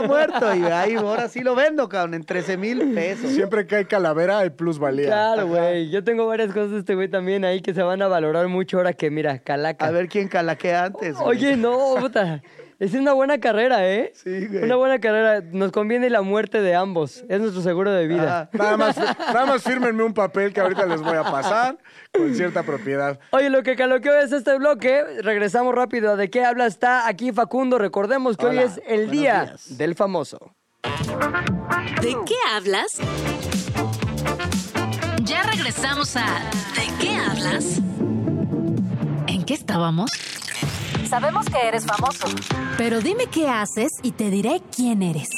S1: <laughs>
S3: muerto. Y ahí ahora sí lo vendo, cabrón, en 13 mil pesos.
S2: Siempre que hay calavera hay plusvalía.
S1: Claro, güey. Yo tengo varias cosas de este güey también ahí que se van a valorar mucho ahora que, mira, calaca.
S3: A ver quién calaquea antes, güey.
S1: Oye, no, puta. Es una buena carrera, ¿eh?
S3: Sí, güey.
S1: Una buena carrera. Nos conviene la muerte de ambos. Es nuestro seguro de
S3: Ah.
S1: vida.
S2: Nada más, nada más fírmenme un papel que ahorita les voy a pasar con cierta propiedad.
S1: Oye, lo que caloqueó es este bloque. Regresamos rápido a de qué habla. Está aquí Facundo. Recordemos que
S3: Hola,
S1: hoy es el
S3: buenos
S1: día
S3: días.
S1: del famoso.
S4: ¿De qué hablas? Ya regresamos a ¿De qué hablas? ¿En qué estábamos?
S5: Sabemos que eres famoso.
S4: Pero dime qué haces y te diré quién eres.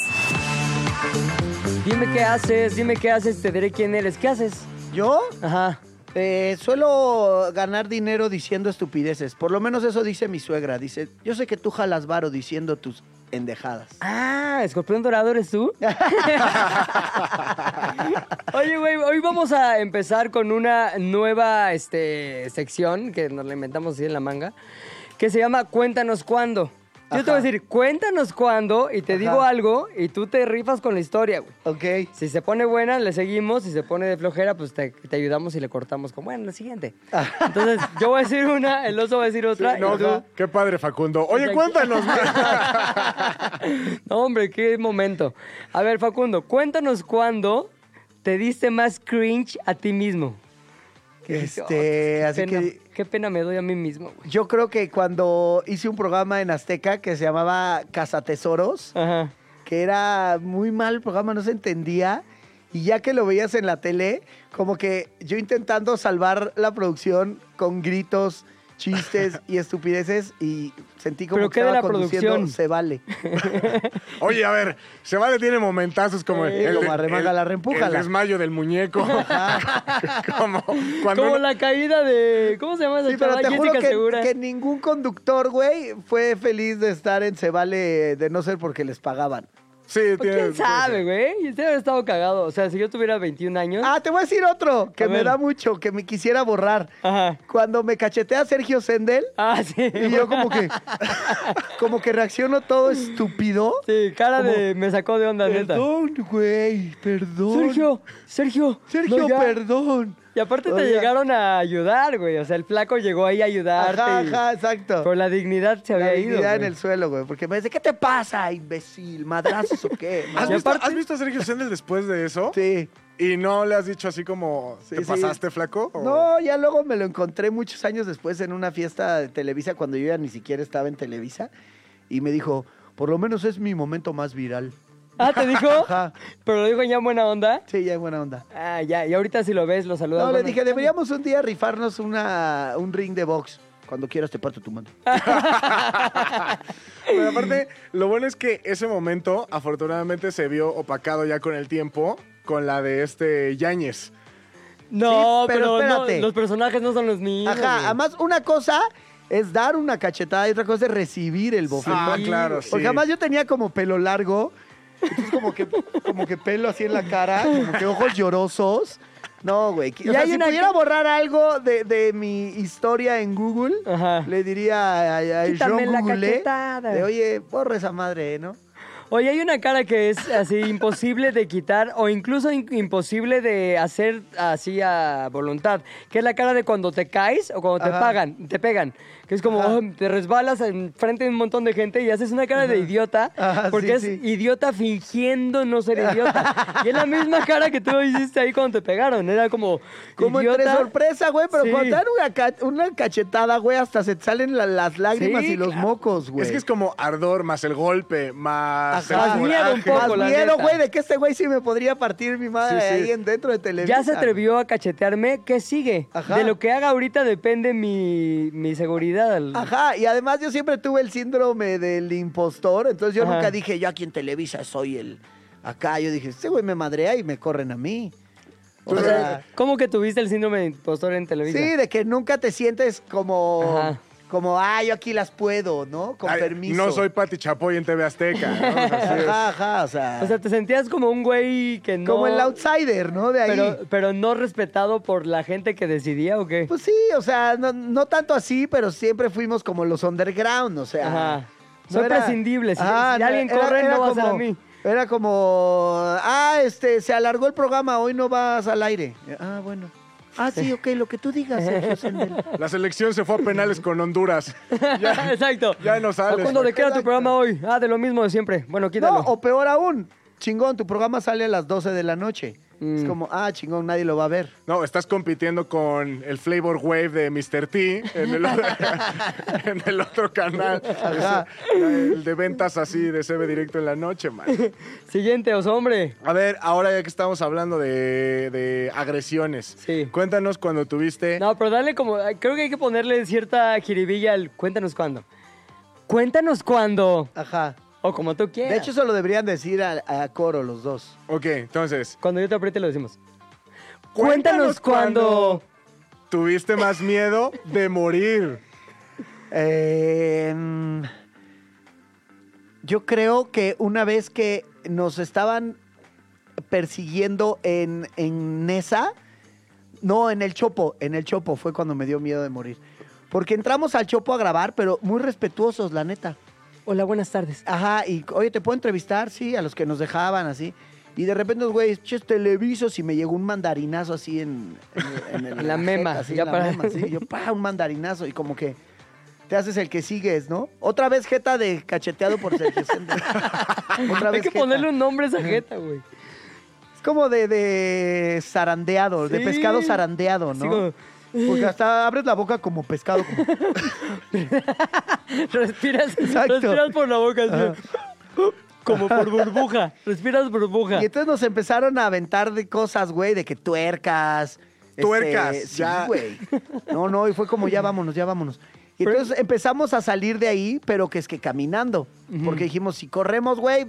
S1: Dime qué haces, dime qué haces, te diré quién eres. ¿Qué haces?
S3: ¿Yo?
S1: Ajá.
S3: Eh, suelo ganar dinero diciendo estupideces. Por lo menos eso dice mi suegra. Dice, yo sé que tú jalas varo diciendo tus endejadas.
S1: Ah, escorpión dorado eres
S2: <laughs>
S1: tú. Oye, güey, hoy vamos a empezar con una nueva este, sección que nos la inventamos así en la manga, que se llama Cuéntanos cuándo. Yo te voy a decir, cuéntanos cuándo y te digo algo y tú te rifas con la historia, güey.
S3: Ok.
S1: Si se pone buena, le seguimos. Si se pone de flojera, pues te, te ayudamos y le cortamos con, bueno, la
S2: <laughs>
S1: siguiente. Entonces, yo voy a decir una, el oso va a decir otra. y
S2: No,
S1: tú-
S2: qué padre, Facundo. Oye,
S1: Exacto.
S2: cuéntanos.
S1: <laughs> no, hombre, qué momento. A ver, Facundo, cuéntanos cuándo te diste más cringe a ti mismo.
S3: Este, así
S1: pena,
S3: que
S1: Qué pena me doy a mí mismo, güey.
S3: yo creo que cuando hice un programa en Azteca que se llamaba Casa Tesoros,
S1: Ajá.
S3: que era muy mal el programa, no se entendía. Y ya que lo veías en la tele, como que yo intentando salvar la producción con gritos,
S1: <laughs>
S3: chistes y estupideces y sentí como
S1: ¿Pero
S3: que
S1: qué de la
S3: estaba conduciendo
S1: producción? <laughs>
S3: se vale.
S2: Oye, a ver, se vale, tiene momentazos como el,
S3: Sí,
S2: el,
S3: como arremángala,
S2: el-
S3: reempújala.
S2: el desmayo del muñeco. <laughs> como cuando
S1: Como la caída de. ¿Cómo se llama esa
S3: Sí, pero
S1: chava?
S3: te juro
S1: Jessica
S3: que,
S1: Segura.
S3: que ningún conductor, güey, fue feliz de estar en Se Vale, de no ser porque les pagaban.
S2: Sí,
S1: Pues,
S2: tiene-
S1: ¿Quién sabe, güey? Este haber estado cagado. O sea, si yo tuviera 21 años.
S3: Ah, te voy a decir otro
S1: ¿Eh?
S3: que
S1: A
S3: me
S1: ver.
S3: da mucho, que me quisiera borrar.
S1: Ajá.
S3: Cuando me cachetea Sergio Sendel,
S1: Ah, sí.
S3: y yo como que, como que reacciono todo estúpido.
S1: <laughs> Sí, cara de. Me sacó de onda, neta.
S3: Perdón, güey, perdón.
S1: Sergio, Sergio.
S3: Sergio,
S1: no, ya.
S3: perdón.
S1: Y aparte te
S3: Oiga.
S1: llegaron a ayudar, güey. O sea, el flaco llegó ahí a ayudarte.
S3: Ajá,
S1: y-
S3: ajá, exacto.
S1: Pero la dignidad se había
S3: La
S1: ido.
S3: dignidad
S1: <laughs>
S3: en
S1: güey.
S3: el suelo, güey, porque me dice, ¿qué te pasa, imbécil? ¿Madrazos
S1: <laughs>
S3: o qué?
S2: ¿Has,
S1: Y
S2: visto,
S1: aparte-
S2: has visto a Sergio Sendel después de eso?
S3: Sí.
S2: ¿Y no le has dicho así como,
S3: Sí,
S2: ¿te
S3: sí.
S2: pasaste, flaco?
S1: Oh.
S2: O-
S3: No, ya luego me lo encontré muchos años después en una fiesta de Televisa, cuando yo ya ni siquiera estaba en Televisa, y me dijo, por lo menos es mi momento más viral.
S1: Ah, ¿te dijo?
S3: Ajá.
S1: Pero lo dijo ya en buena onda.
S3: Sí, ya buena onda.
S1: Ah, ya. Y ahorita si lo ves, lo saludas.
S3: No, le
S1: Bueno,
S3: dije, deberíamos un día rifarnos una, un ring de box. Cuando quieras te parto tu mano.
S1: Ah,
S2: Pero aparte, lo bueno es que ese momento afortunadamente se vio opacado ya con el tiempo con la de este Yáñez.
S1: No,
S3: Sí,
S1: pero,
S3: pero
S1: no,
S3: espérate.
S1: los personajes no son los mismos.
S3: Ajá,
S1: güey.
S3: además una cosa es dar una cachetada y otra cosa es recibir el bofetón.
S2: Ah, claro, sí.
S3: Porque además yo tenía como pelo largo, entonces como que, como que pelo así en la cara, como que ojos llorosos. No, güey. que-
S1: Y
S3: O sea,
S1: hay
S3: si
S1: una-
S3: pudiera borrar algo de, de mi historia en Google,
S1: Ajá.
S3: le diría a, a- a
S1: Quítame
S3: John
S1: la
S3: Google,
S1: cachetada.
S3: de, oye, borra esa madre, ¿no?
S1: Oye, hay una cara que es así imposible de quitar o incluso in- imposible de hacer así a voluntad, que es la cara de cuando te caes o cuando te
S3: Ajá.
S1: pagan, te pegan, que es como "Oh, te resbalas en frente de un montón de gente y haces una cara de idiota
S3: Ajá,
S1: porque
S3: sí,
S1: es
S3: sí.
S1: idiota fingiendo no
S3: <laughs>
S1: ser idiota. y es la misma cara que tú hiciste ahí cuando te pegaron, era como
S3: Como
S1: idiota.
S3: entre sorpresa, güey, pero
S1: Sí.
S3: cuando te dan una, ca- una cachetada, güey, hasta se te salen la- las lágrimas
S1: Sí,
S3: y los
S1: claro.
S3: mocos, güey.
S2: Es que es como ardor más el golpe, más...
S3: Ajá.
S2: el
S1: Más miedo un
S2: coraje.
S1: poco, la
S3: Más miedo,
S1: neta.
S3: güey, de que este güey sí me podría partir mi madre
S2: Sí, sí.
S3: ahí en dentro de Televisa.
S1: Ya se atrevió a cachetearme, ¿qué sigue?
S3: Ajá.
S1: De lo que haga ahorita depende mi, mi seguridad. al-
S3: Ajá, y además yo siempre tuve el síndrome del impostor, entonces yo
S1: Ajá.
S3: nunca dije, yo aquí en Televisa soy el... Acá yo dije, este güey me madrea y me corren a mí. O
S1: O
S3: sea,
S1: sea, ¿cómo que tuviste el síndrome de impostor en Televisa?
S3: Ah. sí, de que nunca te sientes como...
S1: Ajá.
S3: Como, ah, yo aquí las puedo, ¿no? Con
S2: Ay,
S3: permiso.
S2: No soy Pati Chapoy en TV Azteca. ¿no? O sea, sí es-
S3: Ajá, ajá, o sea...
S1: O sea, te sentías como un güey que no...
S3: como el outsider, ¿no? De ahí.
S1: Pero, pero no respetado por la gente que decidía, ¿o qué?
S3: Pues sí, o sea, no, no tanto así, pero siempre fuimos como los underground, o sea.
S1: Ajá.
S3: ah, no
S1: Son
S3: era-
S1: prescindibles. Si,
S3: Ajá,
S1: si
S3: no,
S1: alguien
S3: era-
S1: corre,
S3: era
S1: no va a ser a
S3: como-
S1: mí.
S3: Era como, ah, este, se alargó el programa, hoy no vas al aire. Ah, bueno. Ah, sí, ok, lo que tú digas, eh, Sergio Sendel.
S2: La selección se fue a penales con Honduras.
S1: <laughs> Exacto.
S2: ya no sales,
S1: Facundo, ¿de qué era tu
S3: Exacto.
S1: programa hoy? Ah, de lo mismo de siempre. Bueno, <laughs>
S3: No,
S1: quítalo.
S3: o peor aún, chingón, tu programa sale a las 12 de la noche. Es
S1: Mm.
S3: como, ah, chingón, nadie lo va a ver.
S2: No, estás compitiendo con el Flavor Wave de Mr. T en el, otro- <laughs> en el otro canal.
S3: Ajá.
S2: El de ventas así de CB directo en la noche, man.
S1: Siguiente, oso hombre.
S2: A ver, ahora ya que estamos hablando de, de agresiones,
S1: Sí.
S2: cuéntanos cuando tuviste.
S1: No, pero dale como. Creo que hay que ponerle cierta jiribilla al. Cuéntanos cuándo. Cuéntanos cuándo.
S3: Ajá.
S1: O como tú quieras.
S3: De hecho, eso lo deberían decir a, a coro los dos.
S2: Ok, entonces.
S1: Cuando yo te apriete lo decimos. Cuéntanos
S2: Cuéntanos
S1: cuándo.
S2: Tuviste más miedo de morir.
S3: Eh, mm, yo creo que una vez que nos estaban persiguiendo en, en Nesa, no, en el Chopo, en el Chopo fue cuando me dio miedo de morir. Porque entramos al Chopo a grabar, pero muy respetuosos, la neta.
S1: Hola, buenas tardes.
S3: Ajá, y oye, ¿te puedo entrevistar? Sí, a los que nos dejaban, así. Y de repente, los güeyes, ches, televisos, y me llegó un mandarinazo así en, en- en el-
S1: En <laughs> la mema,
S3: jeta, así,
S1: ya
S3: en la
S1: para-
S3: mema, sí. Yo, pa, un mandarinazo, y como que te haces el que sigues, ¿no? Otra vez jeta de cacheteado por
S1: <laughs>
S3: Sergio Sendel. Otra
S1: Hay
S3: vez
S1: que
S3: jeta.
S1: ponerle un nombre a esa jeta, güey.
S3: Es como de, de zarandeado, de
S1: Sí.
S3: pescado zarandeado,
S1: Sí,
S3: ¿no?
S1: como-
S3: Porque hasta abres la boca como pescado, como
S1: <laughs> Respiras,
S3: Exacto.
S1: respiras por la boca, así,
S3: <laughs>
S1: como por burbuja. Respiras <laughs> burbuja.
S3: Y entonces nos empezaron a aventar de cosas, güey, de que tuercas. este,
S2: Tuercas,
S3: sí,
S2: ya.
S3: güey. No, no, y fue como ya vámonos, ya vámonos. Y entonces empezamos a salir de ahí, pero que es que caminando. Porque dijimos, si corremos, güey,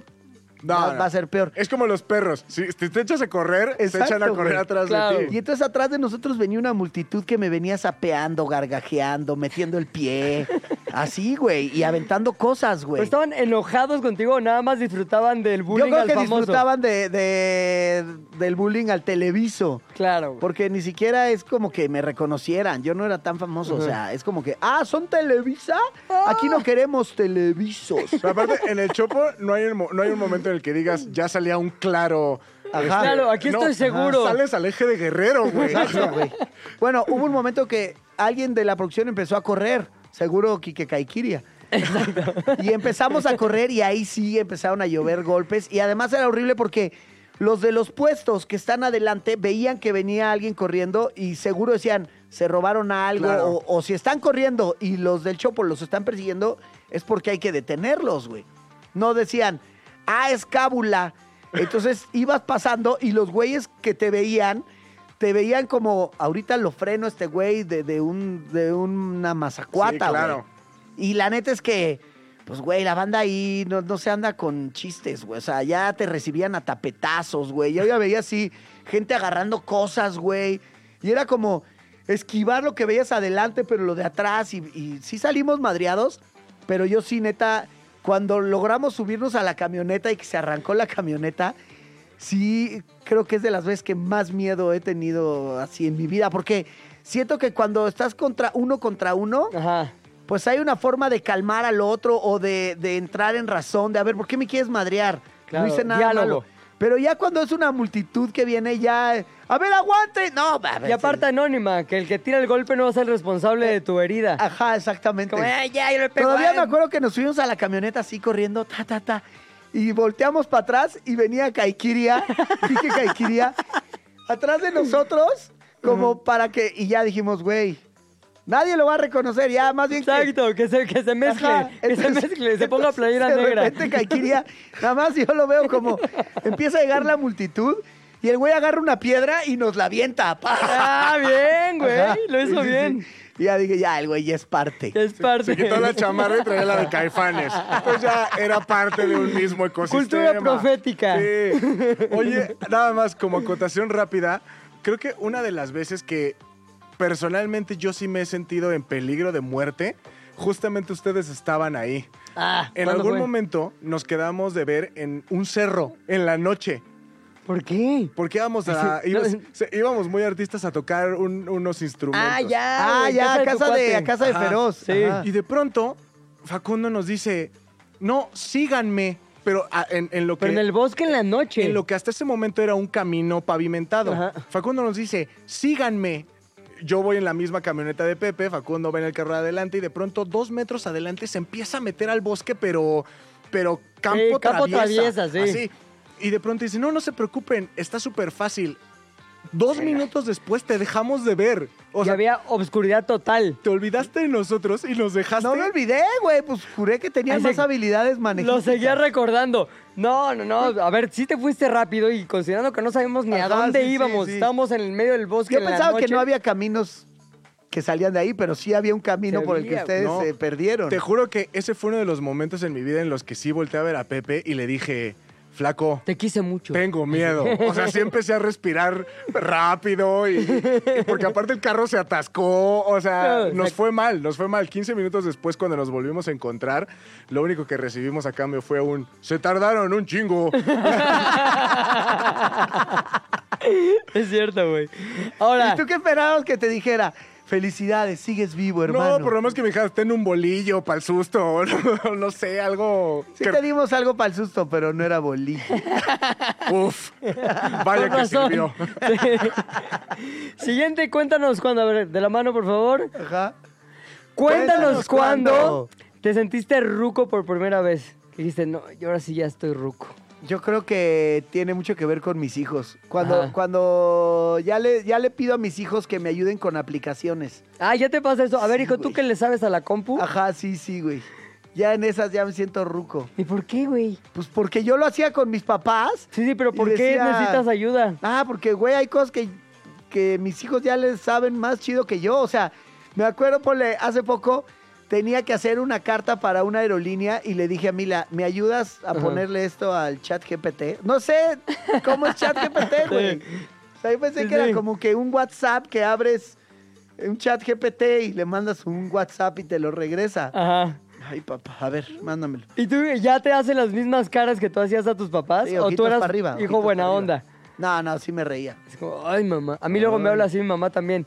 S3: va, va a ser peor.
S2: Es como los perros. Si te, te echas a correr,
S3: Exacto,
S2: se echan a correr
S3: güey.
S2: atrás
S1: Claro.
S2: de
S3: Y
S2: ti.
S3: entonces atrás de nosotros venía una multitud que me venía sapeando, gargajeando, metiendo el pie,
S1: <laughs>
S3: así, güey, y aventando cosas,
S1: ¿Pero
S3: güey.
S1: ¿Estaban enojados contigo o nada más disfrutaban del
S3: Yo
S1: Pues bullying
S3: creo
S1: al
S3: que
S1: famoso?
S3: disfrutaban de, de- del bullying al televiso.
S1: Claro, güey.
S3: Porque ni siquiera es como que me reconocieran. Yo no era tan famoso. O sea, es como que, ah, ¿son Televisa? Aquí no queremos televisos.
S2: <laughs> Pero aparte, en el chopo no hay, un, mo- no hay un momento en el que digas, ya salía un claro.
S3: Ajá.
S2: este,
S1: Claro, aquí estoy seguro.
S2: Sales al eje de guerrero, güey.
S3: Exacto, güey. Bueno, hubo un momento que alguien de la producción empezó a correr. Seguro Kike Kaikiria. <laughs> Y empezamos a correr y ahí sí empezaron a llover golpes. Y además era horrible porque los de los puestos que están adelante veían que venía alguien corriendo y seguro decían, se robaron algo.
S2: Claro.
S3: O, o si están corriendo y los del Chopo los están persiguiendo, es porque hay que detenerlos, güey. No decían, ah, es cábula. Entonces ibas pasando y los güeyes que te veían, te veían como, ahorita lo freno a este güey de, de un, de una mazacuata, güey".
S2: Sí, claro.
S3: Y la neta es que, pues, güey, la banda ahí no, no se anda con chistes, güey. O sea, ya te recibían a tapetazos, güey. Yo ya veía así gente agarrando cosas, güey. Y era como esquivar lo que veías adelante, pero lo de atrás. Y, y sí salimos madreados, pero yo sí, neta, cuando logramos subirnos a la camioneta y que se arrancó la camioneta, sí creo que es de las veces que más miedo he tenido así en mi vida. Porque siento que cuando estás contra uno contra uno
S1: Ajá.
S3: pues hay una forma de calmar al otro o de, de entrar en razón, de a ver, ¿por qué me quieres madrear?
S1: Claro,
S3: no hice nada
S1: diálogo.
S3: malo. Pero ya cuando es una multitud que viene ya, eh, a ver, aguante. No, va, a ver,
S1: Y aparte anónima, que el que tira el golpe no va a ser el responsable de tu herida.
S3: Ah, sí. Ajá, exactamente.
S1: Como, "Ay, ya, yo le pego a
S3: Todavía
S1: él".
S3: me acuerdo que nos subimos a la camioneta así corriendo, ta, ta, ta. Y volteamos para atrás y
S1: <laughs>
S3: venía Kaikiria, dije Kaikiria, atrás de nosotros, como para que. Y ya dijimos, güey, nadie lo va a reconocer, ya más bien. que-
S1: Exacto, que se, que se mezcle,
S3: Ajá.
S1: que se
S3: Entonces,
S1: mezcle, se ponga
S3: entonces,
S1: playera
S3: de
S1: negra.
S3: repente Kaikiria, nada más yo lo veo como empieza a llegar la multitud y el güey agarra una piedra y nos la avienta. ¡pa!
S1: Ah, bien, güey,
S3: Ajá.
S1: lo hizo
S3: Sí, sí,
S1: bien.
S3: sí. Y ya dije, ya, el güey ya es parte.
S1: Ya es parte.
S2: <laughs> Se quitó la chamarra y traía la de caifanes. Pues ya era parte de un mismo ecosistema.
S1: Cultura profética.
S2: Sí. Oye, nada más como acotación rápida, creo que una de las veces que personalmente yo sí me he sentido en peligro de muerte, justamente ustedes estaban ahí.
S1: Ah,
S2: En
S1: ¿cuándo
S2: algún
S1: fue?
S2: momento nos quedamos de ver en un cerro en la noche.
S1: ¿Por qué?
S2: Porque
S1: <laughs>
S2: íbamos, a,
S1: No.
S2: íbamos, se- íbamos muy artistas a tocar un- unos instrumentos.
S1: Ah, ya. Ah.
S3: Ah,
S1: güey,
S3: ya,
S1: tu
S3: casa de,
S1: cuate.
S3: a casa de
S2: Ajá.
S3: Feroz.
S1: Sí.
S3: Ajá.
S2: Y de pronto, Facundo nos dice, no, síganme, pero ah, en, en lo que...
S1: Pero en el bosque
S3: Eh,
S1: en la noche.
S2: en lo que hasta ese momento era un camino pavimentado.
S1: Ajá.
S2: Facundo nos dice, síganme. Yo voy en la misma camioneta de Pepe, Facundo va en el carro de adelante y de pronto dos metros adelante se empieza a meter al bosque, pero, pero campo,
S1: Sí, campo
S2: traviesa.
S1: traviesa, sí.
S2: así. Y de pronto dice, no, no se preocupen, está súper fácil. Dos minutos después te dejamos de ver. O
S1: Y
S2: sea,
S1: había obscuridad total.
S2: te olvidaste de nosotros y nos dejaste.
S3: No me olvidé, güey. Pues juré que tenía
S1: Ay,
S3: más
S1: se-
S3: habilidades manejadas.
S1: Lo seguía recordando. No, no, no. A ver, sí te fuiste rápido y considerando que no sabíamos ni a
S3: Ajá,
S1: dónde
S3: sí, sí,
S1: íbamos.
S3: sí.
S1: Estábamos en el medio del bosque.
S3: Yo
S1: en la
S3: pensaba que
S1: noche.
S3: no había caminos que salían de ahí, pero sí había un camino
S1: Se
S3: por el que
S1: veía,
S3: ustedes
S2: no.
S3: se perdieron.
S2: Te juro que ese fue uno de los momentos en mi vida en los que sí volteé a ver a Pepe y le dije, flaco,
S1: Te quise mucho.
S2: tengo miedo. O sea, sí empecé a respirar rápido y, y porque aparte el carro se atascó. O
S1: <laughs>
S2: sea,
S1: No,
S2: nos
S1: exacto.
S2: fue mal, nos fue mal. 15 minutos después, cuando nos volvimos a encontrar, lo único que recibimos a cambio fue un se tardaron
S1: <laughs>
S2: un chingo.
S1: <laughs> Es cierto, güey. Ahora,
S3: ¿Y tú qué esperabas que te dijera? Felicidades, sigues vivo, hermano.
S2: No, por lo menos que me dijeras, ten un bolillo para el susto, <laughs> o no, no sé, algo.
S3: Sí
S2: que-
S3: te dimos algo para el susto, pero no era bolillo.
S2: <laughs> Uf, vaya
S1: con
S2: que
S1: razón.
S2: sirvió.
S1: Sí. <laughs> Siguiente, cuéntanos cuándo. A ver, de la mano, por favor.
S3: Ajá.
S1: Cuéntanos,
S3: Cuéntanos cuándo.
S1: cuándo te sentiste ruco por primera vez. Que dijiste, no, yo ahora sí ya estoy ruco.
S3: Yo creo que tiene mucho que ver con mis hijos. Cuando,
S1: Ajá.
S3: cuando ya, le, ya le pido a mis hijos que me ayuden con aplicaciones.
S1: Ah, ya te pasa eso. A ver,
S3: Sí,
S1: hijo, ¿tú
S3: güey.
S1: qué le sabes a la compu?
S3: Ajá, sí, sí, güey. Ya en esas ya me siento ruco.
S1: ¿Y por qué, güey?
S3: Pues porque yo lo hacía con mis papás.
S1: Sí, sí, pero
S3: Y
S1: ¿por qué
S3: decía-
S1: necesitas ayuda?
S3: Ah, porque, güey, hay cosas que, que mis hijos ya les saben más chido que yo. O sea, me acuerdo, ponle, hace poco tenía que hacer una carta para una aerolínea y le dije a Mila, ¿me ayudas a
S1: Ajá.
S3: ponerle esto al chat GPT? No sé cómo es chat
S1: <laughs>
S3: GPT, güey. O sea, yo pensé
S1: Sí,
S3: que era
S1: sí.
S3: como que un WhatsApp que abres un chat GPT y le mandas un WhatsApp y te lo regresa.
S1: Ajá.
S3: Ay, papá, a ver, mándamelo.
S1: ¿Y tú ya te hacen las mismas caras que tú hacías a tus papás?
S3: Sí,
S1: ¿O tú
S3: ojitos
S1: eras
S3: para arriba,
S1: hijo
S3: ojitos
S1: buena
S3: para arriba.
S1: onda?
S3: No, no, sí me reía.
S1: Es como, ay, mamá. A mí luego me habla así mi mamá también.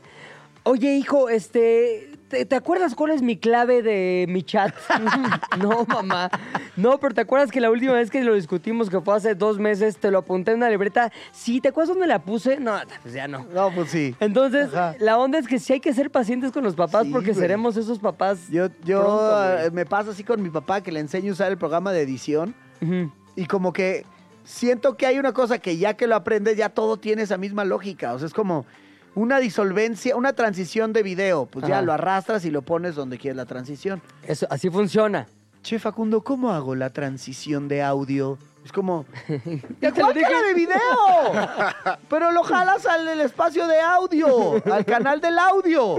S1: Oye, hijo, este, ¿te, te acuerdas cuál es mi clave de mi chat? <laughs> no, mamá. No, pero ¿te acuerdas que la última vez que lo discutimos, que fue hace dos meses, te lo apunté en una libreta? Sí, ¿te acuerdas dónde la puse? No, pues ya no.
S3: No, pues sí.
S1: Entonces,
S3: Ajá.
S1: la onda es que sí hay que ser pacientes con los papás
S3: Sí,
S1: porque
S3: güey.
S1: seremos esos papás.
S3: Yo, yo
S1: pronto, güey.
S3: eh, me pasa así con mi papá que le enseño a usar el programa de edición
S1: Ujú.
S3: y como que siento que hay una cosa que ya que lo aprendes ya todo tiene esa misma lógica. O sea, es como una disolvencia, una transición de video. Pues ya
S1: Ajá.
S3: lo arrastras y lo pones donde quieres la transición.
S1: Eso, así funciona.
S3: Che, Facundo, ¿cómo hago la transición de audio?
S1: <laughs>
S3: Es como,
S1: Ya te lo
S3: igual que la
S1: dije.
S3: de video, pero lo jalas al el espacio de audio, al canal del audio.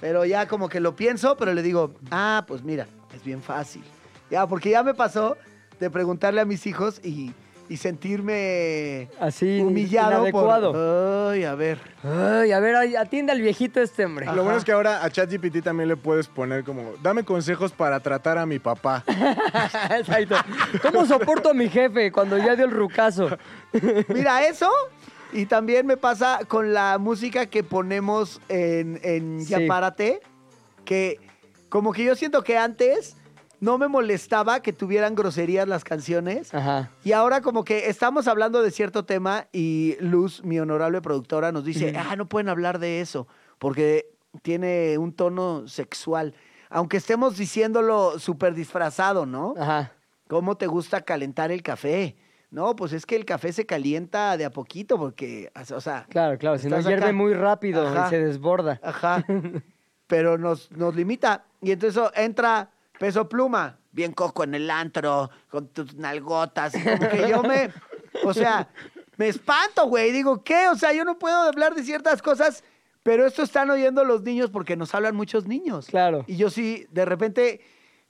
S3: Pero ya como que lo pienso, pero le digo, ah, pues mira, es bien fácil. Ya, porque ya me pasó de preguntarle a mis hijos y, y sentirme
S1: Así,
S3: humillado
S1: inadecuado.
S3: por, ay, a ver,
S1: Ay, a ver, ay, atiende al viejito este hombre.
S2: Lo bueno es que ahora a ChatGPT también le puedes poner como, dame consejos para tratar a mi papá.
S1: <laughs> Exacto. ¿Cómo soporto a mi jefe cuando ya dio el rucazo?
S3: Mira eso. Y también me pasa con la música que ponemos en, en
S1: Sí.
S3: Ya Párate, que como que yo siento que antes no me molestaba que tuvieran groserías las canciones.
S1: Ajá.
S3: Y ahora como que estamos hablando de cierto tema y Luz, mi honorable productora, nos dice, ah, no pueden hablar de eso, porque tiene un tono sexual. Aunque estemos diciéndolo súper disfrazado, ¿no?
S1: Ajá.
S3: ¿Cómo te gusta calentar el café? No, pues es que el café se calienta de a poquito porque, o sea...
S1: Claro, claro. Si no
S3: estás
S1: hierve
S3: acá.
S1: muy rápido
S3: Ajá,
S1: y se desborda.
S3: Ajá. Pero nos, nos limita. Y entonces entra peso pluma, bien coco en el antro, con tus nalgotas. y Como que yo me... O sea, me espanto, güey. Digo, ¿qué? O sea, yo no puedo hablar de ciertas cosas, pero esto están oyendo los niños porque nos hablan muchos niños.
S1: Claro.
S3: Y yo sí, de repente,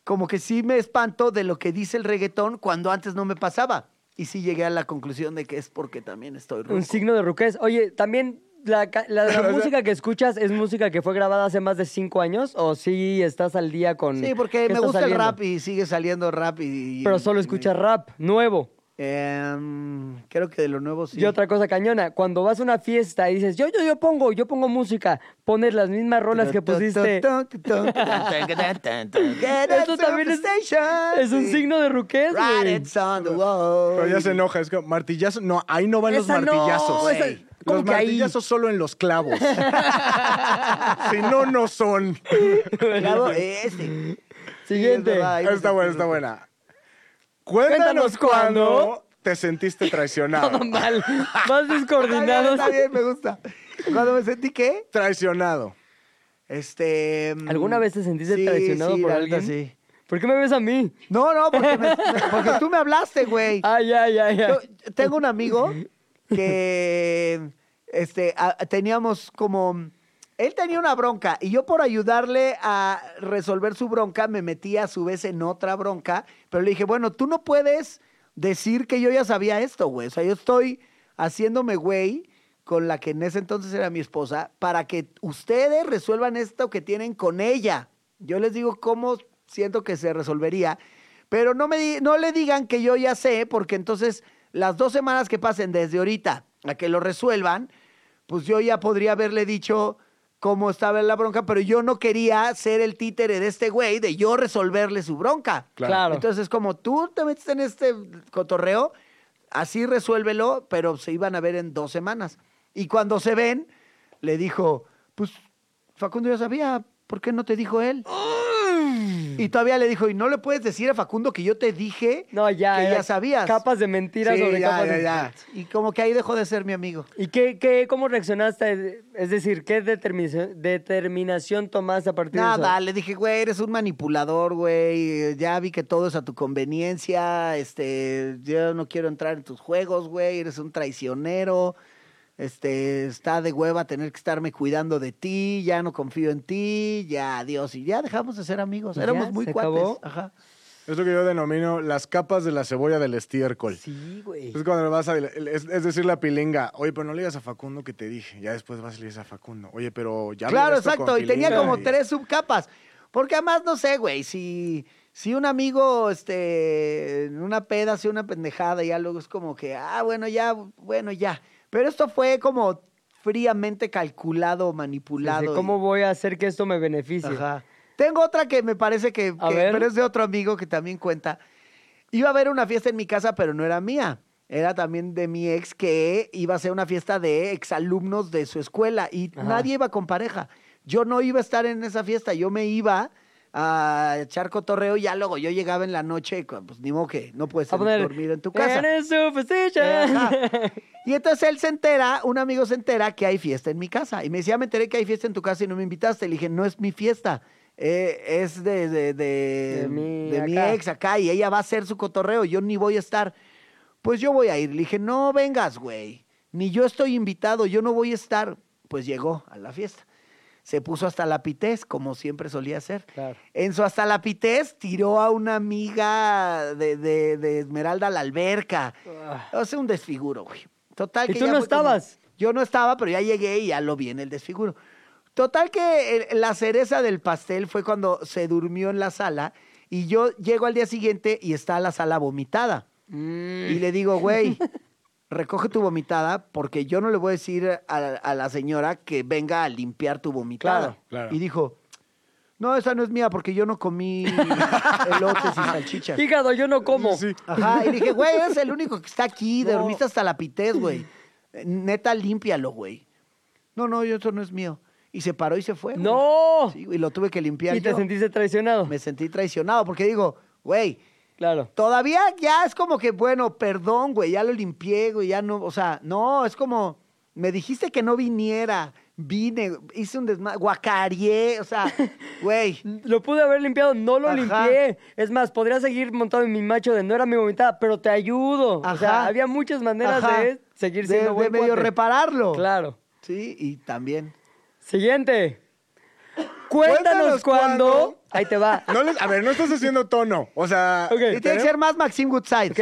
S3: como que sí me espanto de lo que dice el reggaetón cuando antes no me pasaba. Y sí llegué a la conclusión de que es porque también estoy ruco.
S1: Un signo de ruquez. Oye, también la, ca-
S3: <laughs>
S1: la- la música que escuchas es música que fue grabada hace más de cinco años o sí estás al día con.
S3: Sí, porque
S1: qué
S3: me
S1: está
S3: gusta
S1: saliendo?
S3: el rap y sigue saliendo rap y... y-
S1: Pero solo escuchas rap, nuevo.
S3: Em, creo que de lo nuevo sí.
S1: Y otra cosa cañona, cuando vas a una fiesta y dices, yo, yo, yo pongo, yo pongo música, pones las mismas rolas que pusiste. Eso
S3: Eso
S1: también es, es un signo de ruquez,
S3: Right,
S1: güey.
S3: it's on the wall.
S2: Pero ya se enoja, es como, martillazo, no, ahí no van
S1: Esa
S2: los
S1: no,
S2: martillazos.
S1: esa-
S2: Ey,
S1: ¿cómo
S2: los
S1: que ahí?
S2: martillazos solo en los clavos. si no, no son.
S3: Bravo, este.
S1: <laughs> Siguiente.
S3: Sí, es verdad, ahí me
S2: Está buena,
S3: sentí
S2: está
S3: ruco.
S2: buena. Cuéntanos,
S1: Cuéntanos cuándo
S2: cuándo te sentiste traicionado.
S1: <laughs> Todo mal. Más
S3: Está bien,
S1: descoordinados.
S3: está bien, me gusta. Cuando me sentí qué?
S2: Traicionado.
S3: Este. mm,
S1: ¿Alguna vez te sentiste
S3: sí,
S1: traicionado
S3: sí,
S1: por
S3: la neta,
S1: alguien?
S3: Sí.
S1: ¿Por qué me ves a mí? Ah,
S3: No, no, porque, me- porque tú me hablaste, güey.
S1: Ay, ay, ay, ay.
S3: Yo tengo un amigo que este, a- teníamos como... Él tenía una bronca y yo por ayudarle a resolver su bronca me metí a su vez en otra bronca, pero le dije, bueno, tú no puedes decir que yo ya sabía esto, güey. O sea, yo estoy haciéndome güey con la que en ese entonces era mi esposa para que ustedes resuelvan esto que tienen con ella. Yo les digo cómo siento que se resolvería, pero no, me di- no le digan que yo ya sé, porque entonces las dos semanas que pasen desde ahorita a que lo resuelvan, pues yo ya podría haberle dicho cómo estaba la bronca, pero yo no quería ser el títere de este güey, de yo resolverle su bronca.
S1: Claro. Claro.
S3: Entonces, como tú te metes en este cotorreo, así resuélvelo, pero se iban a ver en dos semanas. Y cuando se ven, le dijo, pues Facundo ya sabía, ¿por qué no te dijo él? Y todavía le dijo, y no le puedes decir a Facundo que yo te dije
S1: No, ya.
S3: que
S1: era
S3: ya sabías.
S1: Capas de mentiras
S2: Sí,
S1: sobre
S2: ya,
S1: capas
S2: ya,
S1: de
S2: ya.
S3: Y como que ahí dejó de ser mi amigo.
S1: ¿Y qué, qué, cómo reaccionaste? Es decir, ¿qué determinación, determinación tomaste a partir de eso?
S3: Nada, le dije, güey, eres un manipulador, güey. Ya vi que todo es a tu conveniencia. Este, yo no quiero entrar en tus juegos, güey. Eres un traicionero. Este, está de hueva tener que estarme cuidando de ti. Ya no confío en ti. Ya, adiós. Y ya dejamos de ser amigos.
S1: Y ya,
S3: Éramos muy
S1: se
S3: cuates.
S1: acabó.
S3: Ajá.
S2: Es lo que yo denomino las capas de la cebolla del estiércol.
S1: Sí, güey.
S2: Es cuando le vas a... Es, es decir, la pilinga. Oye, pero no le digas a Facundo que te dije. Ya después vas y le dices a Facundo. Oye, pero ya...
S3: Claro,
S2: mira esto
S3: exacto.
S2: con
S3: Y tenía
S2: Pilinga
S3: como
S2: y-
S3: tres subcapas. Porque además, no sé, güey, si, si un amigo, este, en una peda hace una pendejada, ya luego es como que, ah, bueno, ya, bueno, ya. Pero esto fue como fríamente calculado, manipulado.
S1: Dice,
S3: y-
S1: ¿Cómo voy a hacer que esto me beneficie?
S3: Ajá. Tengo otra que me parece que,
S1: A
S3: que-
S1: ver.
S3: pero es de otro amigo que también cuenta. Iba a haber una fiesta en mi casa, pero no era mía. Era también de mi ex que iba a ser una fiesta de exalumnos de su escuela y
S1: Ajá.
S3: nadie iba con pareja. Yo no iba a estar en esa fiesta, yo me iba a echar cotorreo y ya luego yo llegaba en la noche, pues ni modo que no puedes
S1: A poner,
S3: dormir en tu casa. Eh,
S1: "Eres su pastilla".
S3: Ajá. <laughs> Y entonces él se entera, un amigo se entera que hay fiesta en mi casa. Y me decía, me enteré que hay fiesta en tu casa y no me invitaste. Le dije, no es mi fiesta. Eh, es de, de, de-
S1: De mí
S3: de mi
S1: acá.
S3: ex acá y ella va a hacer su cotorreo. Yo ni voy a estar. Pues yo voy a ir. Le dije, no vengas, güey. Ni yo estoy invitado, yo no voy a estar. Pues llegó a la fiesta. Se puso hasta la pités, como siempre solía hacer.
S1: Claro.
S3: En su hasta la pités tiró a una amiga de, de- de Esmeralda a la alberca.
S1: Ah.
S3: O sea, un desfiguro, güey. Total
S1: ¿Y
S3: que
S1: tú
S3: ya
S1: no
S3: fue como-
S1: estabas?
S3: Yo no estaba, pero ya llegué y ya lo vi en el desfiguro. Total que el- la cereza del pastel fue cuando se durmió en la sala y yo llego al día siguiente y está la sala vomitada.
S1: Mm.
S3: Y le
S1: <laughs>
S3: digo, güey, recoge tu vomitada porque yo no le voy a decir a, a la señora que venga a limpiar tu vomitada.
S1: Claro,
S2: claro.
S3: Y dijo, no, esa no es mía porque yo
S1: <laughs>
S3: no comí elotes y
S1: <laughs>
S3: salchichas.
S1: Hígado, yo no como.
S2: Sí, sí.
S3: Ajá, y dije, güey, eres el único que está aquí,
S1: No.
S3: dormiste hasta la pités, güey. Eh, Neta, límpialo, güey. No, no, yo, eso no es mío. Y se paró y se fue. güey.
S1: ¡No!
S3: Sí, güey, lo tuve que limpiar
S1: y te
S3: yo.
S1: sentiste traicionado.
S3: Me sentí traicionado porque digo, güey,
S1: Claro.
S3: todavía ya es como que, bueno, perdón, güey, ya lo limpié, güey, ya no, o sea, no, es como, me dijiste que no viniera, vine, hice un desmadre, guacareé,
S1: <laughs>
S3: o sea, güey.
S1: Lo pude haber limpiado, no lo
S3: Ajá.
S1: limpié. Es más, podría seguir montado en mi macho de no era mi vomitada, pero te ayudo. O sea,
S3: Ajá.
S1: había muchas maneras
S3: Ajá.
S1: de seguir
S3: De-
S1: siendo
S3: de
S1: buen
S3: medio
S1: cuate.
S3: repararlo.
S1: Claro.
S3: Sí, y también.
S1: Siguiente. Cuéntanos
S2: Cuéntanos
S1: cuándo.
S2: cuándo.
S1: Ahí te va.
S2: No les- a ver, no estás haciendo tono. O sea...
S1: Ok.
S3: Y tiene que ser más Maxim Woodside.
S1: Ok.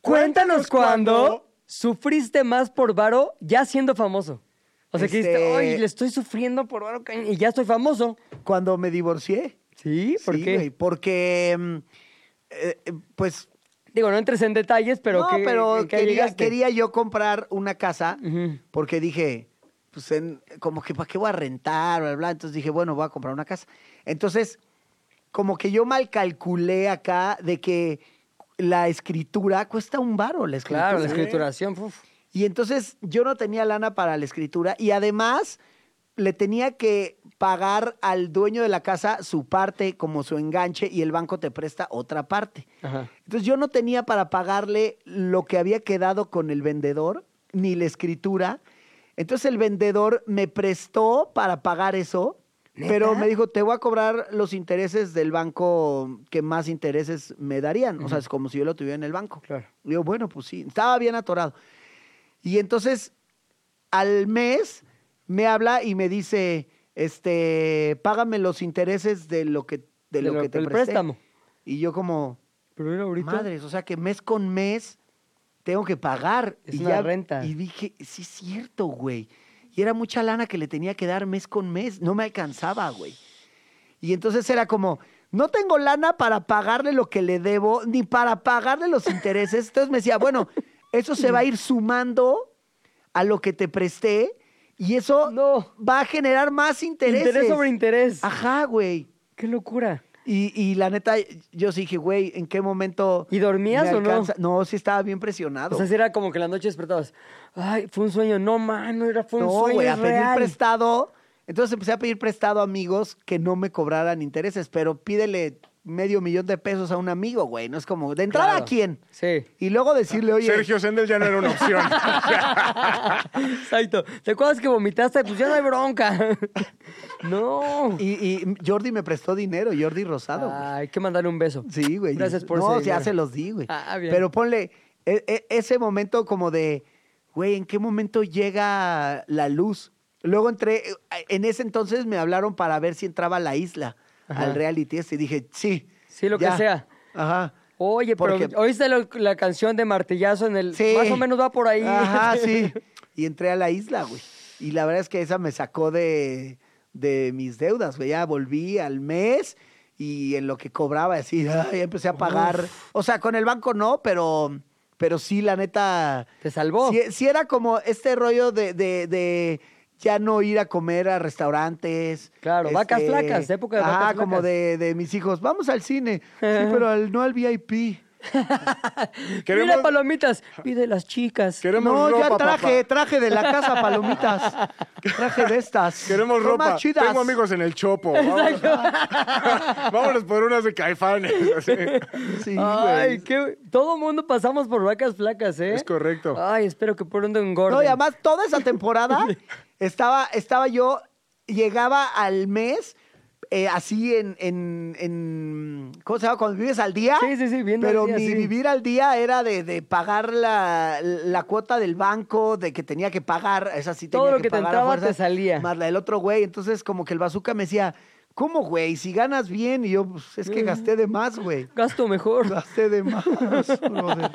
S1: Cuéntanos
S2: Cuéntanos
S1: cuándo
S2: cuándo.
S1: sufriste más por varo ya siendo famoso. O sea, que
S3: Este-
S1: dijiste, "Ay, le estoy sufriendo por varo cañón, y ya estoy famoso."
S3: Cuando me divorcié.
S1: Sí, ¿por
S3: Sí,
S1: qué?
S3: güey, porque, mm, eh, eh, pues,
S1: Digo, no entres en detalles, pero
S3: no,
S1: ¿qué-
S3: pero
S1: en qué
S3: quería,
S1: llegaste?
S3: quería yo comprar una casa
S1: Ujú.
S3: porque dije, pues, en- como que, ¿para qué voy a rentar? Bla, bla, bla. Entonces dije, bueno, voy a comprar una casa. Entonces, como que yo mal calculé acá de que la escritura cuesta un varo, la escritura.
S1: Claro, la escrituración, uf.
S3: Y entonces yo no tenía lana para la escritura y además le tenía que pagar al dueño de la casa su parte como su enganche y el banco te presta otra parte.
S1: Ajá.
S3: Entonces yo no tenía para pagarle lo que había quedado con el vendedor ni la escritura. Entonces el vendedor me prestó para pagar eso, pero me dijo, te voy a cobrar los intereses del banco que más intereses me darían. O sea, es como si yo lo tuviera en el banco.
S1: Claro.
S3: Y yo, bueno, pues sí, estaba bien atorado. Y entonces, al mes, me habla y me dice, este, págame los intereses de lo que, de
S1: De
S3: lo
S1: lo-
S3: que te
S1: del
S3: presté".
S1: préstamo.
S3: Y yo como,
S1: Pero era ahorita.
S3: Madres, o sea que mes con mes tengo que pagar.
S1: Es una renta.
S3: Y dije, sí es cierto, güey. Y era mucha lana que le tenía que dar mes con mes. No me alcanzaba, güey. Y entonces era como, no tengo lana para pagarle lo que le debo, ni para pagarle los intereses. Entonces me decía, bueno, eso se va a ir sumando a lo que te presté y eso
S1: No.
S3: va a generar más intereses.
S1: Interés sobre interés.
S3: Ajá, güey.
S1: Qué locura.
S3: Y, y la neta, yo sí dije, güey, ¿en qué momento?
S1: ¿Y dormías
S3: me
S1: o no?
S3: alcanza? No, sí estaba bien presionado.
S1: O sea, sí era como que la noche despertabas. Ay, fue un sueño. No, mano, era fue un
S3: no,
S1: sueño.
S3: güey, a
S1: es
S3: pedir
S1: real.
S3: prestado. Entonces empecé a pedir prestado a amigos que no me cobraran intereses, pero pídele medio millón de pesos a un amigo, güey. No es como, ¿de entrada
S1: Claro.
S3: a quién?
S1: Sí.
S3: Y luego decirle, oye,
S2: Sergio Sendel ya no era
S3: <laughs>
S2: una opción. <laughs>
S1: Exacto. ¿Te acuerdas que vomitaste? Pues ya no hay
S3: <laughs>
S1: bronca. no.
S3: Y, y Jordi me prestó dinero, Jordi Rosado. güey.
S1: Ay, hay que mandarle un beso.
S3: Sí, güey.
S1: Gracias por
S3: No,
S1: ese
S3: ya
S1: dinero.
S3: se los di, güey.
S1: Ah, bien.
S3: Pero ponle e- e- ese momento como de, güey, ¿en qué momento llega la luz? Luego entré, eh, en ese entonces me hablaron para ver si entraba a la isla,
S1: Ajá.
S3: al reality este, y dije, sí.
S1: Sí, lo que sea.
S3: Ajá.
S1: Oye, pero
S3: Porque-
S1: oíste lo- la canción de martillazo en el.
S3: Sí.
S1: Más o menos va por ahí. <laughs>
S3: Ajá, sí. Y entré a la isla, güey. Y la verdad es que esa me sacó de, de mis deudas, güey. Ya volví al mes y en lo que cobraba, así, ah, ya empecé a pagar. O sea, con el banco no, pero, pero sí, la neta.
S1: Te salvó.
S3: Sí, eh, sí era como este rollo de, de- de ya no ir a comer a restaurantes. Este,
S1: Claro, vacas flacas, época de
S3: ajá,
S1: vacas
S3: como
S1: flacas.
S3: de, de mis hijos, vamos al cine.
S1: <laughs>
S3: Sí, pero al- no al VIP.
S2: Queremos-
S1: Mira, palomitas. Pide las chicas.
S2: Queremos
S3: no,
S2: ropa,
S3: ya
S2: papá.
S3: traje, traje de la casa palomitas. Traje de estas.
S2: Queremos
S3: Son
S2: ropa.
S3: más chidas.
S2: Tengo amigos en
S3: <laughs>
S2: el Chopo. Vámonos, Vámonos <laughs> por unas de caifanes.
S3: <laughs>
S2: así.
S3: Sí,
S1: Ay,
S3: güey.
S1: qué... Todo mundo pasamos por vacas flacas, ¿eh?
S2: Es correcto.
S1: Ay, espero que pronto engorden.
S3: No, y además toda esa
S2: <laughs>
S3: temporada estaba, estaba yo, llegaba al mes eh, así en, en, en- ¿Cómo se llama? Cuando vives al día.
S1: Sí, sí, sí, viendo al
S3: Pero
S1: día,
S3: mi
S1: sí.
S3: vivir al día era de, de pagar la, la cuota del banco, de que tenía que pagar. Esa sí
S1: Todo
S3: tenía
S1: lo
S3: que
S1: que te
S3: pagar a
S1: entraba
S3: fuerza,
S1: te salía.
S3: Más la del otro güey. Entonces, como que el bazooka me decía, ¿cómo, güey? Si ganas bien. Y yo, pues, es
S1: Mm.
S3: que gasté de más, güey.
S1: Gasto mejor.
S3: <laughs> Gasté de más,
S1: <laughs>
S3: brother.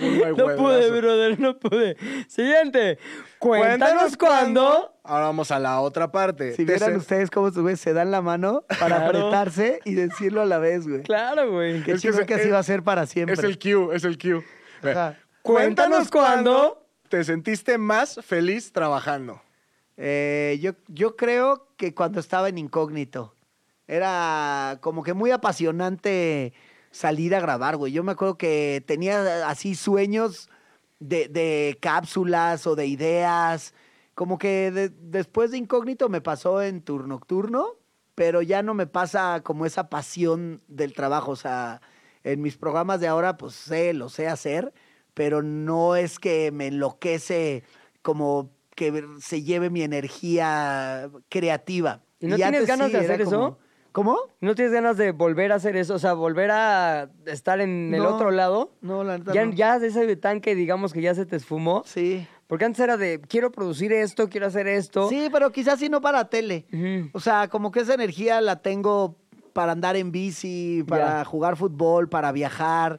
S2: Un
S1: No
S2: huevazo.
S1: pude, brother, no pude. Siguiente. Cuéntanos cuándo.
S2: Ahora vamos a la otra parte.
S3: Si
S2: Te
S3: vieran
S2: se-
S3: ustedes cómo estos güeyes se dan la mano para
S1: Claro.
S3: apretarse y decirlo a la vez, güey.
S1: Claro, güey.
S3: Qué
S2: Es que
S3: chido que,
S2: se-
S3: así
S2: es-
S3: va a ser para siempre.
S2: Es el Q, es el Q.
S3: Ajá.
S1: Cuéntanos cuándo.
S2: te sentiste más feliz trabajando.
S3: Eh, yo, yo creo que cuando estaba en incógnito. Era como que muy apasionante salir a grabar, güey. Yo me acuerdo que tenía así sueños de, de cápsulas o de ideas. Como que de- después de incógnito me pasó en turno nocturno, pero ya no me pasa como esa pasión del trabajo. O sea, en mis programas de ahora, pues sé, lo sé hacer, pero no es que me enloquece como que se lleve mi energía creativa.
S1: ¿Y no tienes
S3: antes
S1: ganas de
S3: era
S1: hacer
S3: como-
S1: eso?
S3: ¿Cómo?
S1: ¿No tienes ganas de volver a hacer eso? O sea, volver a estar en el
S3: No.
S1: otro lado.
S3: No, la neta
S1: Ya,
S3: no.
S1: ya ese tanque, digamos que ya se te esfumó.
S3: Sí.
S1: Porque antes era de quiero producir esto, quiero hacer esto.
S3: Sí, pero quizás sí no para tele.
S1: Ujú.
S3: O sea, como que esa energía la tengo para andar en bici, para
S1: Ya.
S3: jugar fútbol, para viajar.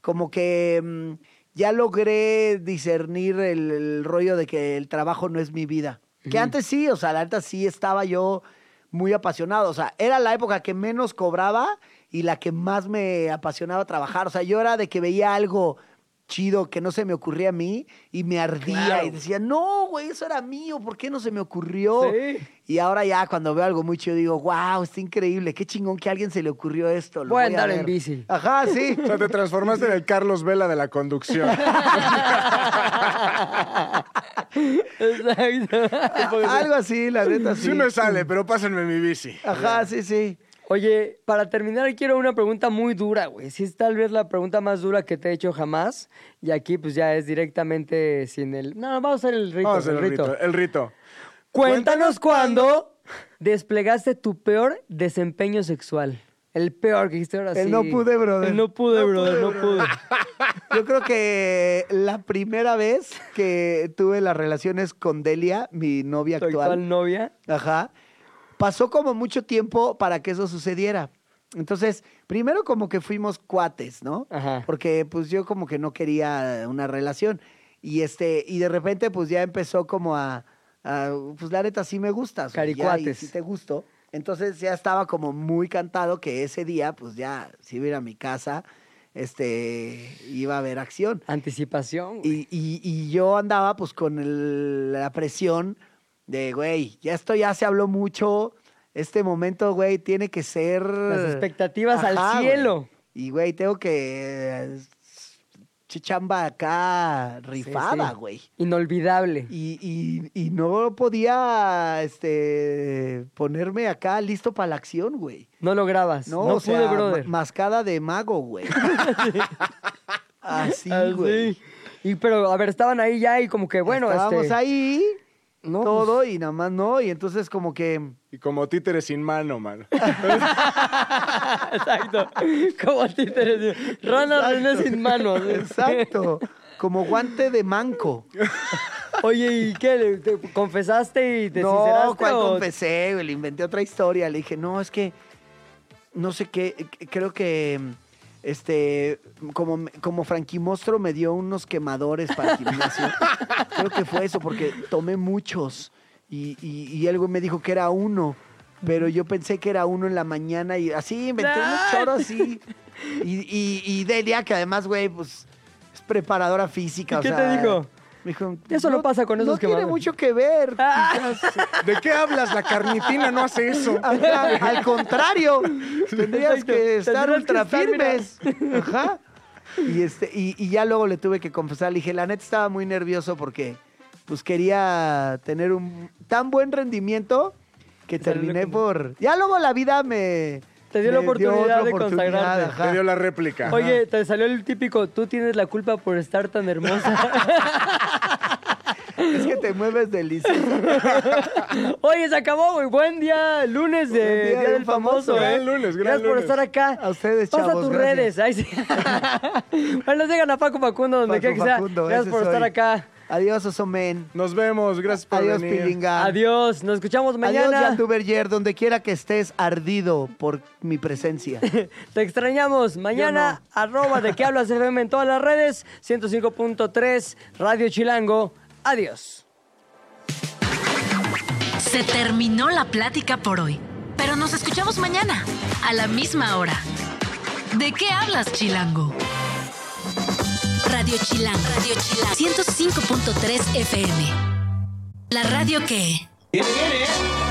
S3: Como que mm, ya logré discernir el, el rollo de que el trabajo no es mi vida. Que antes sí, o sea, la neta sí estaba yo muy apasionado. O sea, era la época que menos cobraba y la que más me apasionaba trabajar. O sea, yo era de que veía algo chido que no se me ocurría a mí y me ardía
S1: Claro.
S3: y decía, no, güey, eso era mío, ¿por qué no se me ocurrió?
S1: Sí.
S3: Y ahora ya cuando veo algo muy chido digo, wow, está increíble, qué chingón que a alguien se le ocurrió esto. lo
S1: Voy a
S3: a
S1: andar en
S3: ver".
S1: bici.
S3: Ajá,
S1: <laughs>
S3: sí.
S2: O sea, te transformaste en el Carlos Vela de
S3: <laughs>
S2: la conducción.
S1: <laughs>
S3: <laughs>
S1: Exacto.
S3: algo así, la neta, sí.
S2: Sí me sale, pero pásenme mi bici.
S3: Ajá, sí, sí.
S1: Oye, para terminar quiero una pregunta muy dura, güey. Si es tal vez la pregunta más dura que te he hecho jamás. Y aquí pues ya es directamente sin el... No, vamos a hacer el rito.
S2: Vamos a hacer
S1: el rito.
S2: El rito.
S1: Cuéntanos cuándo desplegaste tu peor desempeño sexual. El peor que hiciste ahora sí.
S3: El no pude, brother.
S1: El no pude,
S3: No
S1: brother,
S3: pude,
S1: no
S3: brother. <laughs>
S1: pude.
S3: Yo creo que la primera vez que tuve las relaciones con Delia, mi novia
S1: Tu
S3: actual,
S1: actual novia.
S3: Ajá. Pasó como mucho tiempo para que eso sucediera. Entonces, primero como que fuimos cuates, ¿no?
S1: Ajá.
S3: Porque pues yo como que no quería una relación. Y este, y de repente pues ya empezó como a, a, pues la neta sí me gustas. güey, ya, y
S1: Caricuates.
S3: sí te gusto. Entonces ya estaba como muy cantado que ese día pues ya si iba a ir a mi casa, este, iba a haber acción.
S1: Anticipación. güey.
S3: Y, y- y yo andaba pues con el- la presión de, güey, ya esto ya se habló mucho. Este momento, güey, tiene que ser...
S1: Las expectativas al
S3: Ajá,
S1: cielo.
S3: güey. Y, güey, tengo que... eh, ch- Chamba acá
S1: Sí, sí.
S3: rifada, güey.
S1: Inolvidable.
S3: Y, y- y no podía este, ponerme acá listo para la acción, güey.
S1: No lo grabas. No,
S3: No, o
S1: pude,
S3: sea,
S1: brother.
S3: ma- mascada de
S1: <laughs>
S3: mago, güey. Así,
S1: Así.
S3: güey.
S1: Ah, Y pero, a ver, estaban ahí ya y como que, bueno,
S3: Estábamos
S1: este,
S3: ahí,
S1: No,
S3: todo,
S2: pues.
S3: y nada más no. Y entonces como que...
S2: Y como títere sin mano, mano.
S1: Exacto. Como títeres. Rana René sin manos.
S3: Exacto. Como guante de manco.
S1: Oye, ¿y qué? le- ¿Te confesaste y te
S3: No,
S1: sinceraste?
S3: ¿cuál
S1: o-
S3: confesé? güey? Le inventé otra historia. Le dije, no, es que no sé qué, eh, creo que este, como, me- como Frankie Mostro me dio unos quemadores para el
S1: <laughs>
S3: gimnasio. creo que fue eso, porque tomé muchos. Y, y, y el güey me dijo que era uno. Pero yo pensé que era uno en la mañana y así, inventé unos
S1: Nah.
S3: choros así. Y, y, y Delia, que además, güey, pues es preparadora física.
S1: ¿Y
S3: o
S1: qué te
S3: sea,
S1: dijo?
S3: Me dijo,
S1: Eso no pasa con esos
S3: No tiene
S1: quemadores".
S3: mucho
S1: <laughs>
S3: que ver.
S1: Ah.
S3: <laughs>
S2: ¿De qué hablas? La carnitina no hace eso.
S3: Ajá, al
S1: <laughs>
S3: contrario, tendrías
S1: Exacto.
S3: que estar
S1: Tendrías que
S3: ultra
S1: estar,
S3: firmes. Ajá. Y, este, y, y ya luego le tuve que confesar, le dije, la neta estaba muy nervioso porque pues quería tener un tan buen rendimiento que
S1: Salió
S3: terminé
S1: con-
S3: por... Ya luego la vida me...
S1: Te dio la
S3: me
S1: oportunidad
S3: otra
S1: de consagrarte.
S3: ajá.
S2: Te dio la réplica.
S1: Oye, te salió el típico, tú tienes la culpa por estar tan
S3: <laughs>
S1: hermosa.
S3: Es que te
S1: <laughs>
S3: mueves delicioso.
S1: Oye, se acabó, güey. Buen día, lunes de
S3: Buen
S1: Día, del Famoso,
S2: Gran
S1: ¿eh?
S2: lunes, gran
S1: Gracias por
S2: lunes.
S1: estar acá.
S3: A ustedes,
S1: Pasa
S3: chavos,
S1: tus
S3: gracias.
S1: redes. Ahí sí.
S3: <laughs>
S1: bueno, sigan a Paco Facundo, donde
S3: Paco
S1: quiera que sea.
S3: Facundo,
S1: Gracias
S3: ese
S1: por estar
S3: soy.
S1: acá.
S3: Adiós, Osomen.
S2: Nos vemos, gracias por
S3: Adiós,
S2: venir.
S3: Pilinga.
S1: Adiós. Nos escuchamos mañana.
S3: Adiós, Youtuber donde quiera que estés ardido por mi presencia.
S1: Te extrañamos. Mañana, <laughs> arroba de que hablas FM en todas las redes. 105.3, Radio Chilango. Adiós.
S4: Se terminó la plática por hoy, pero nos escuchamos mañana, a la misma hora. ¿De qué hablas, Chilango? Radio Chilango, Radio Chilango, 105.3 FM. La radio que...
S6: ¿Viene, viene?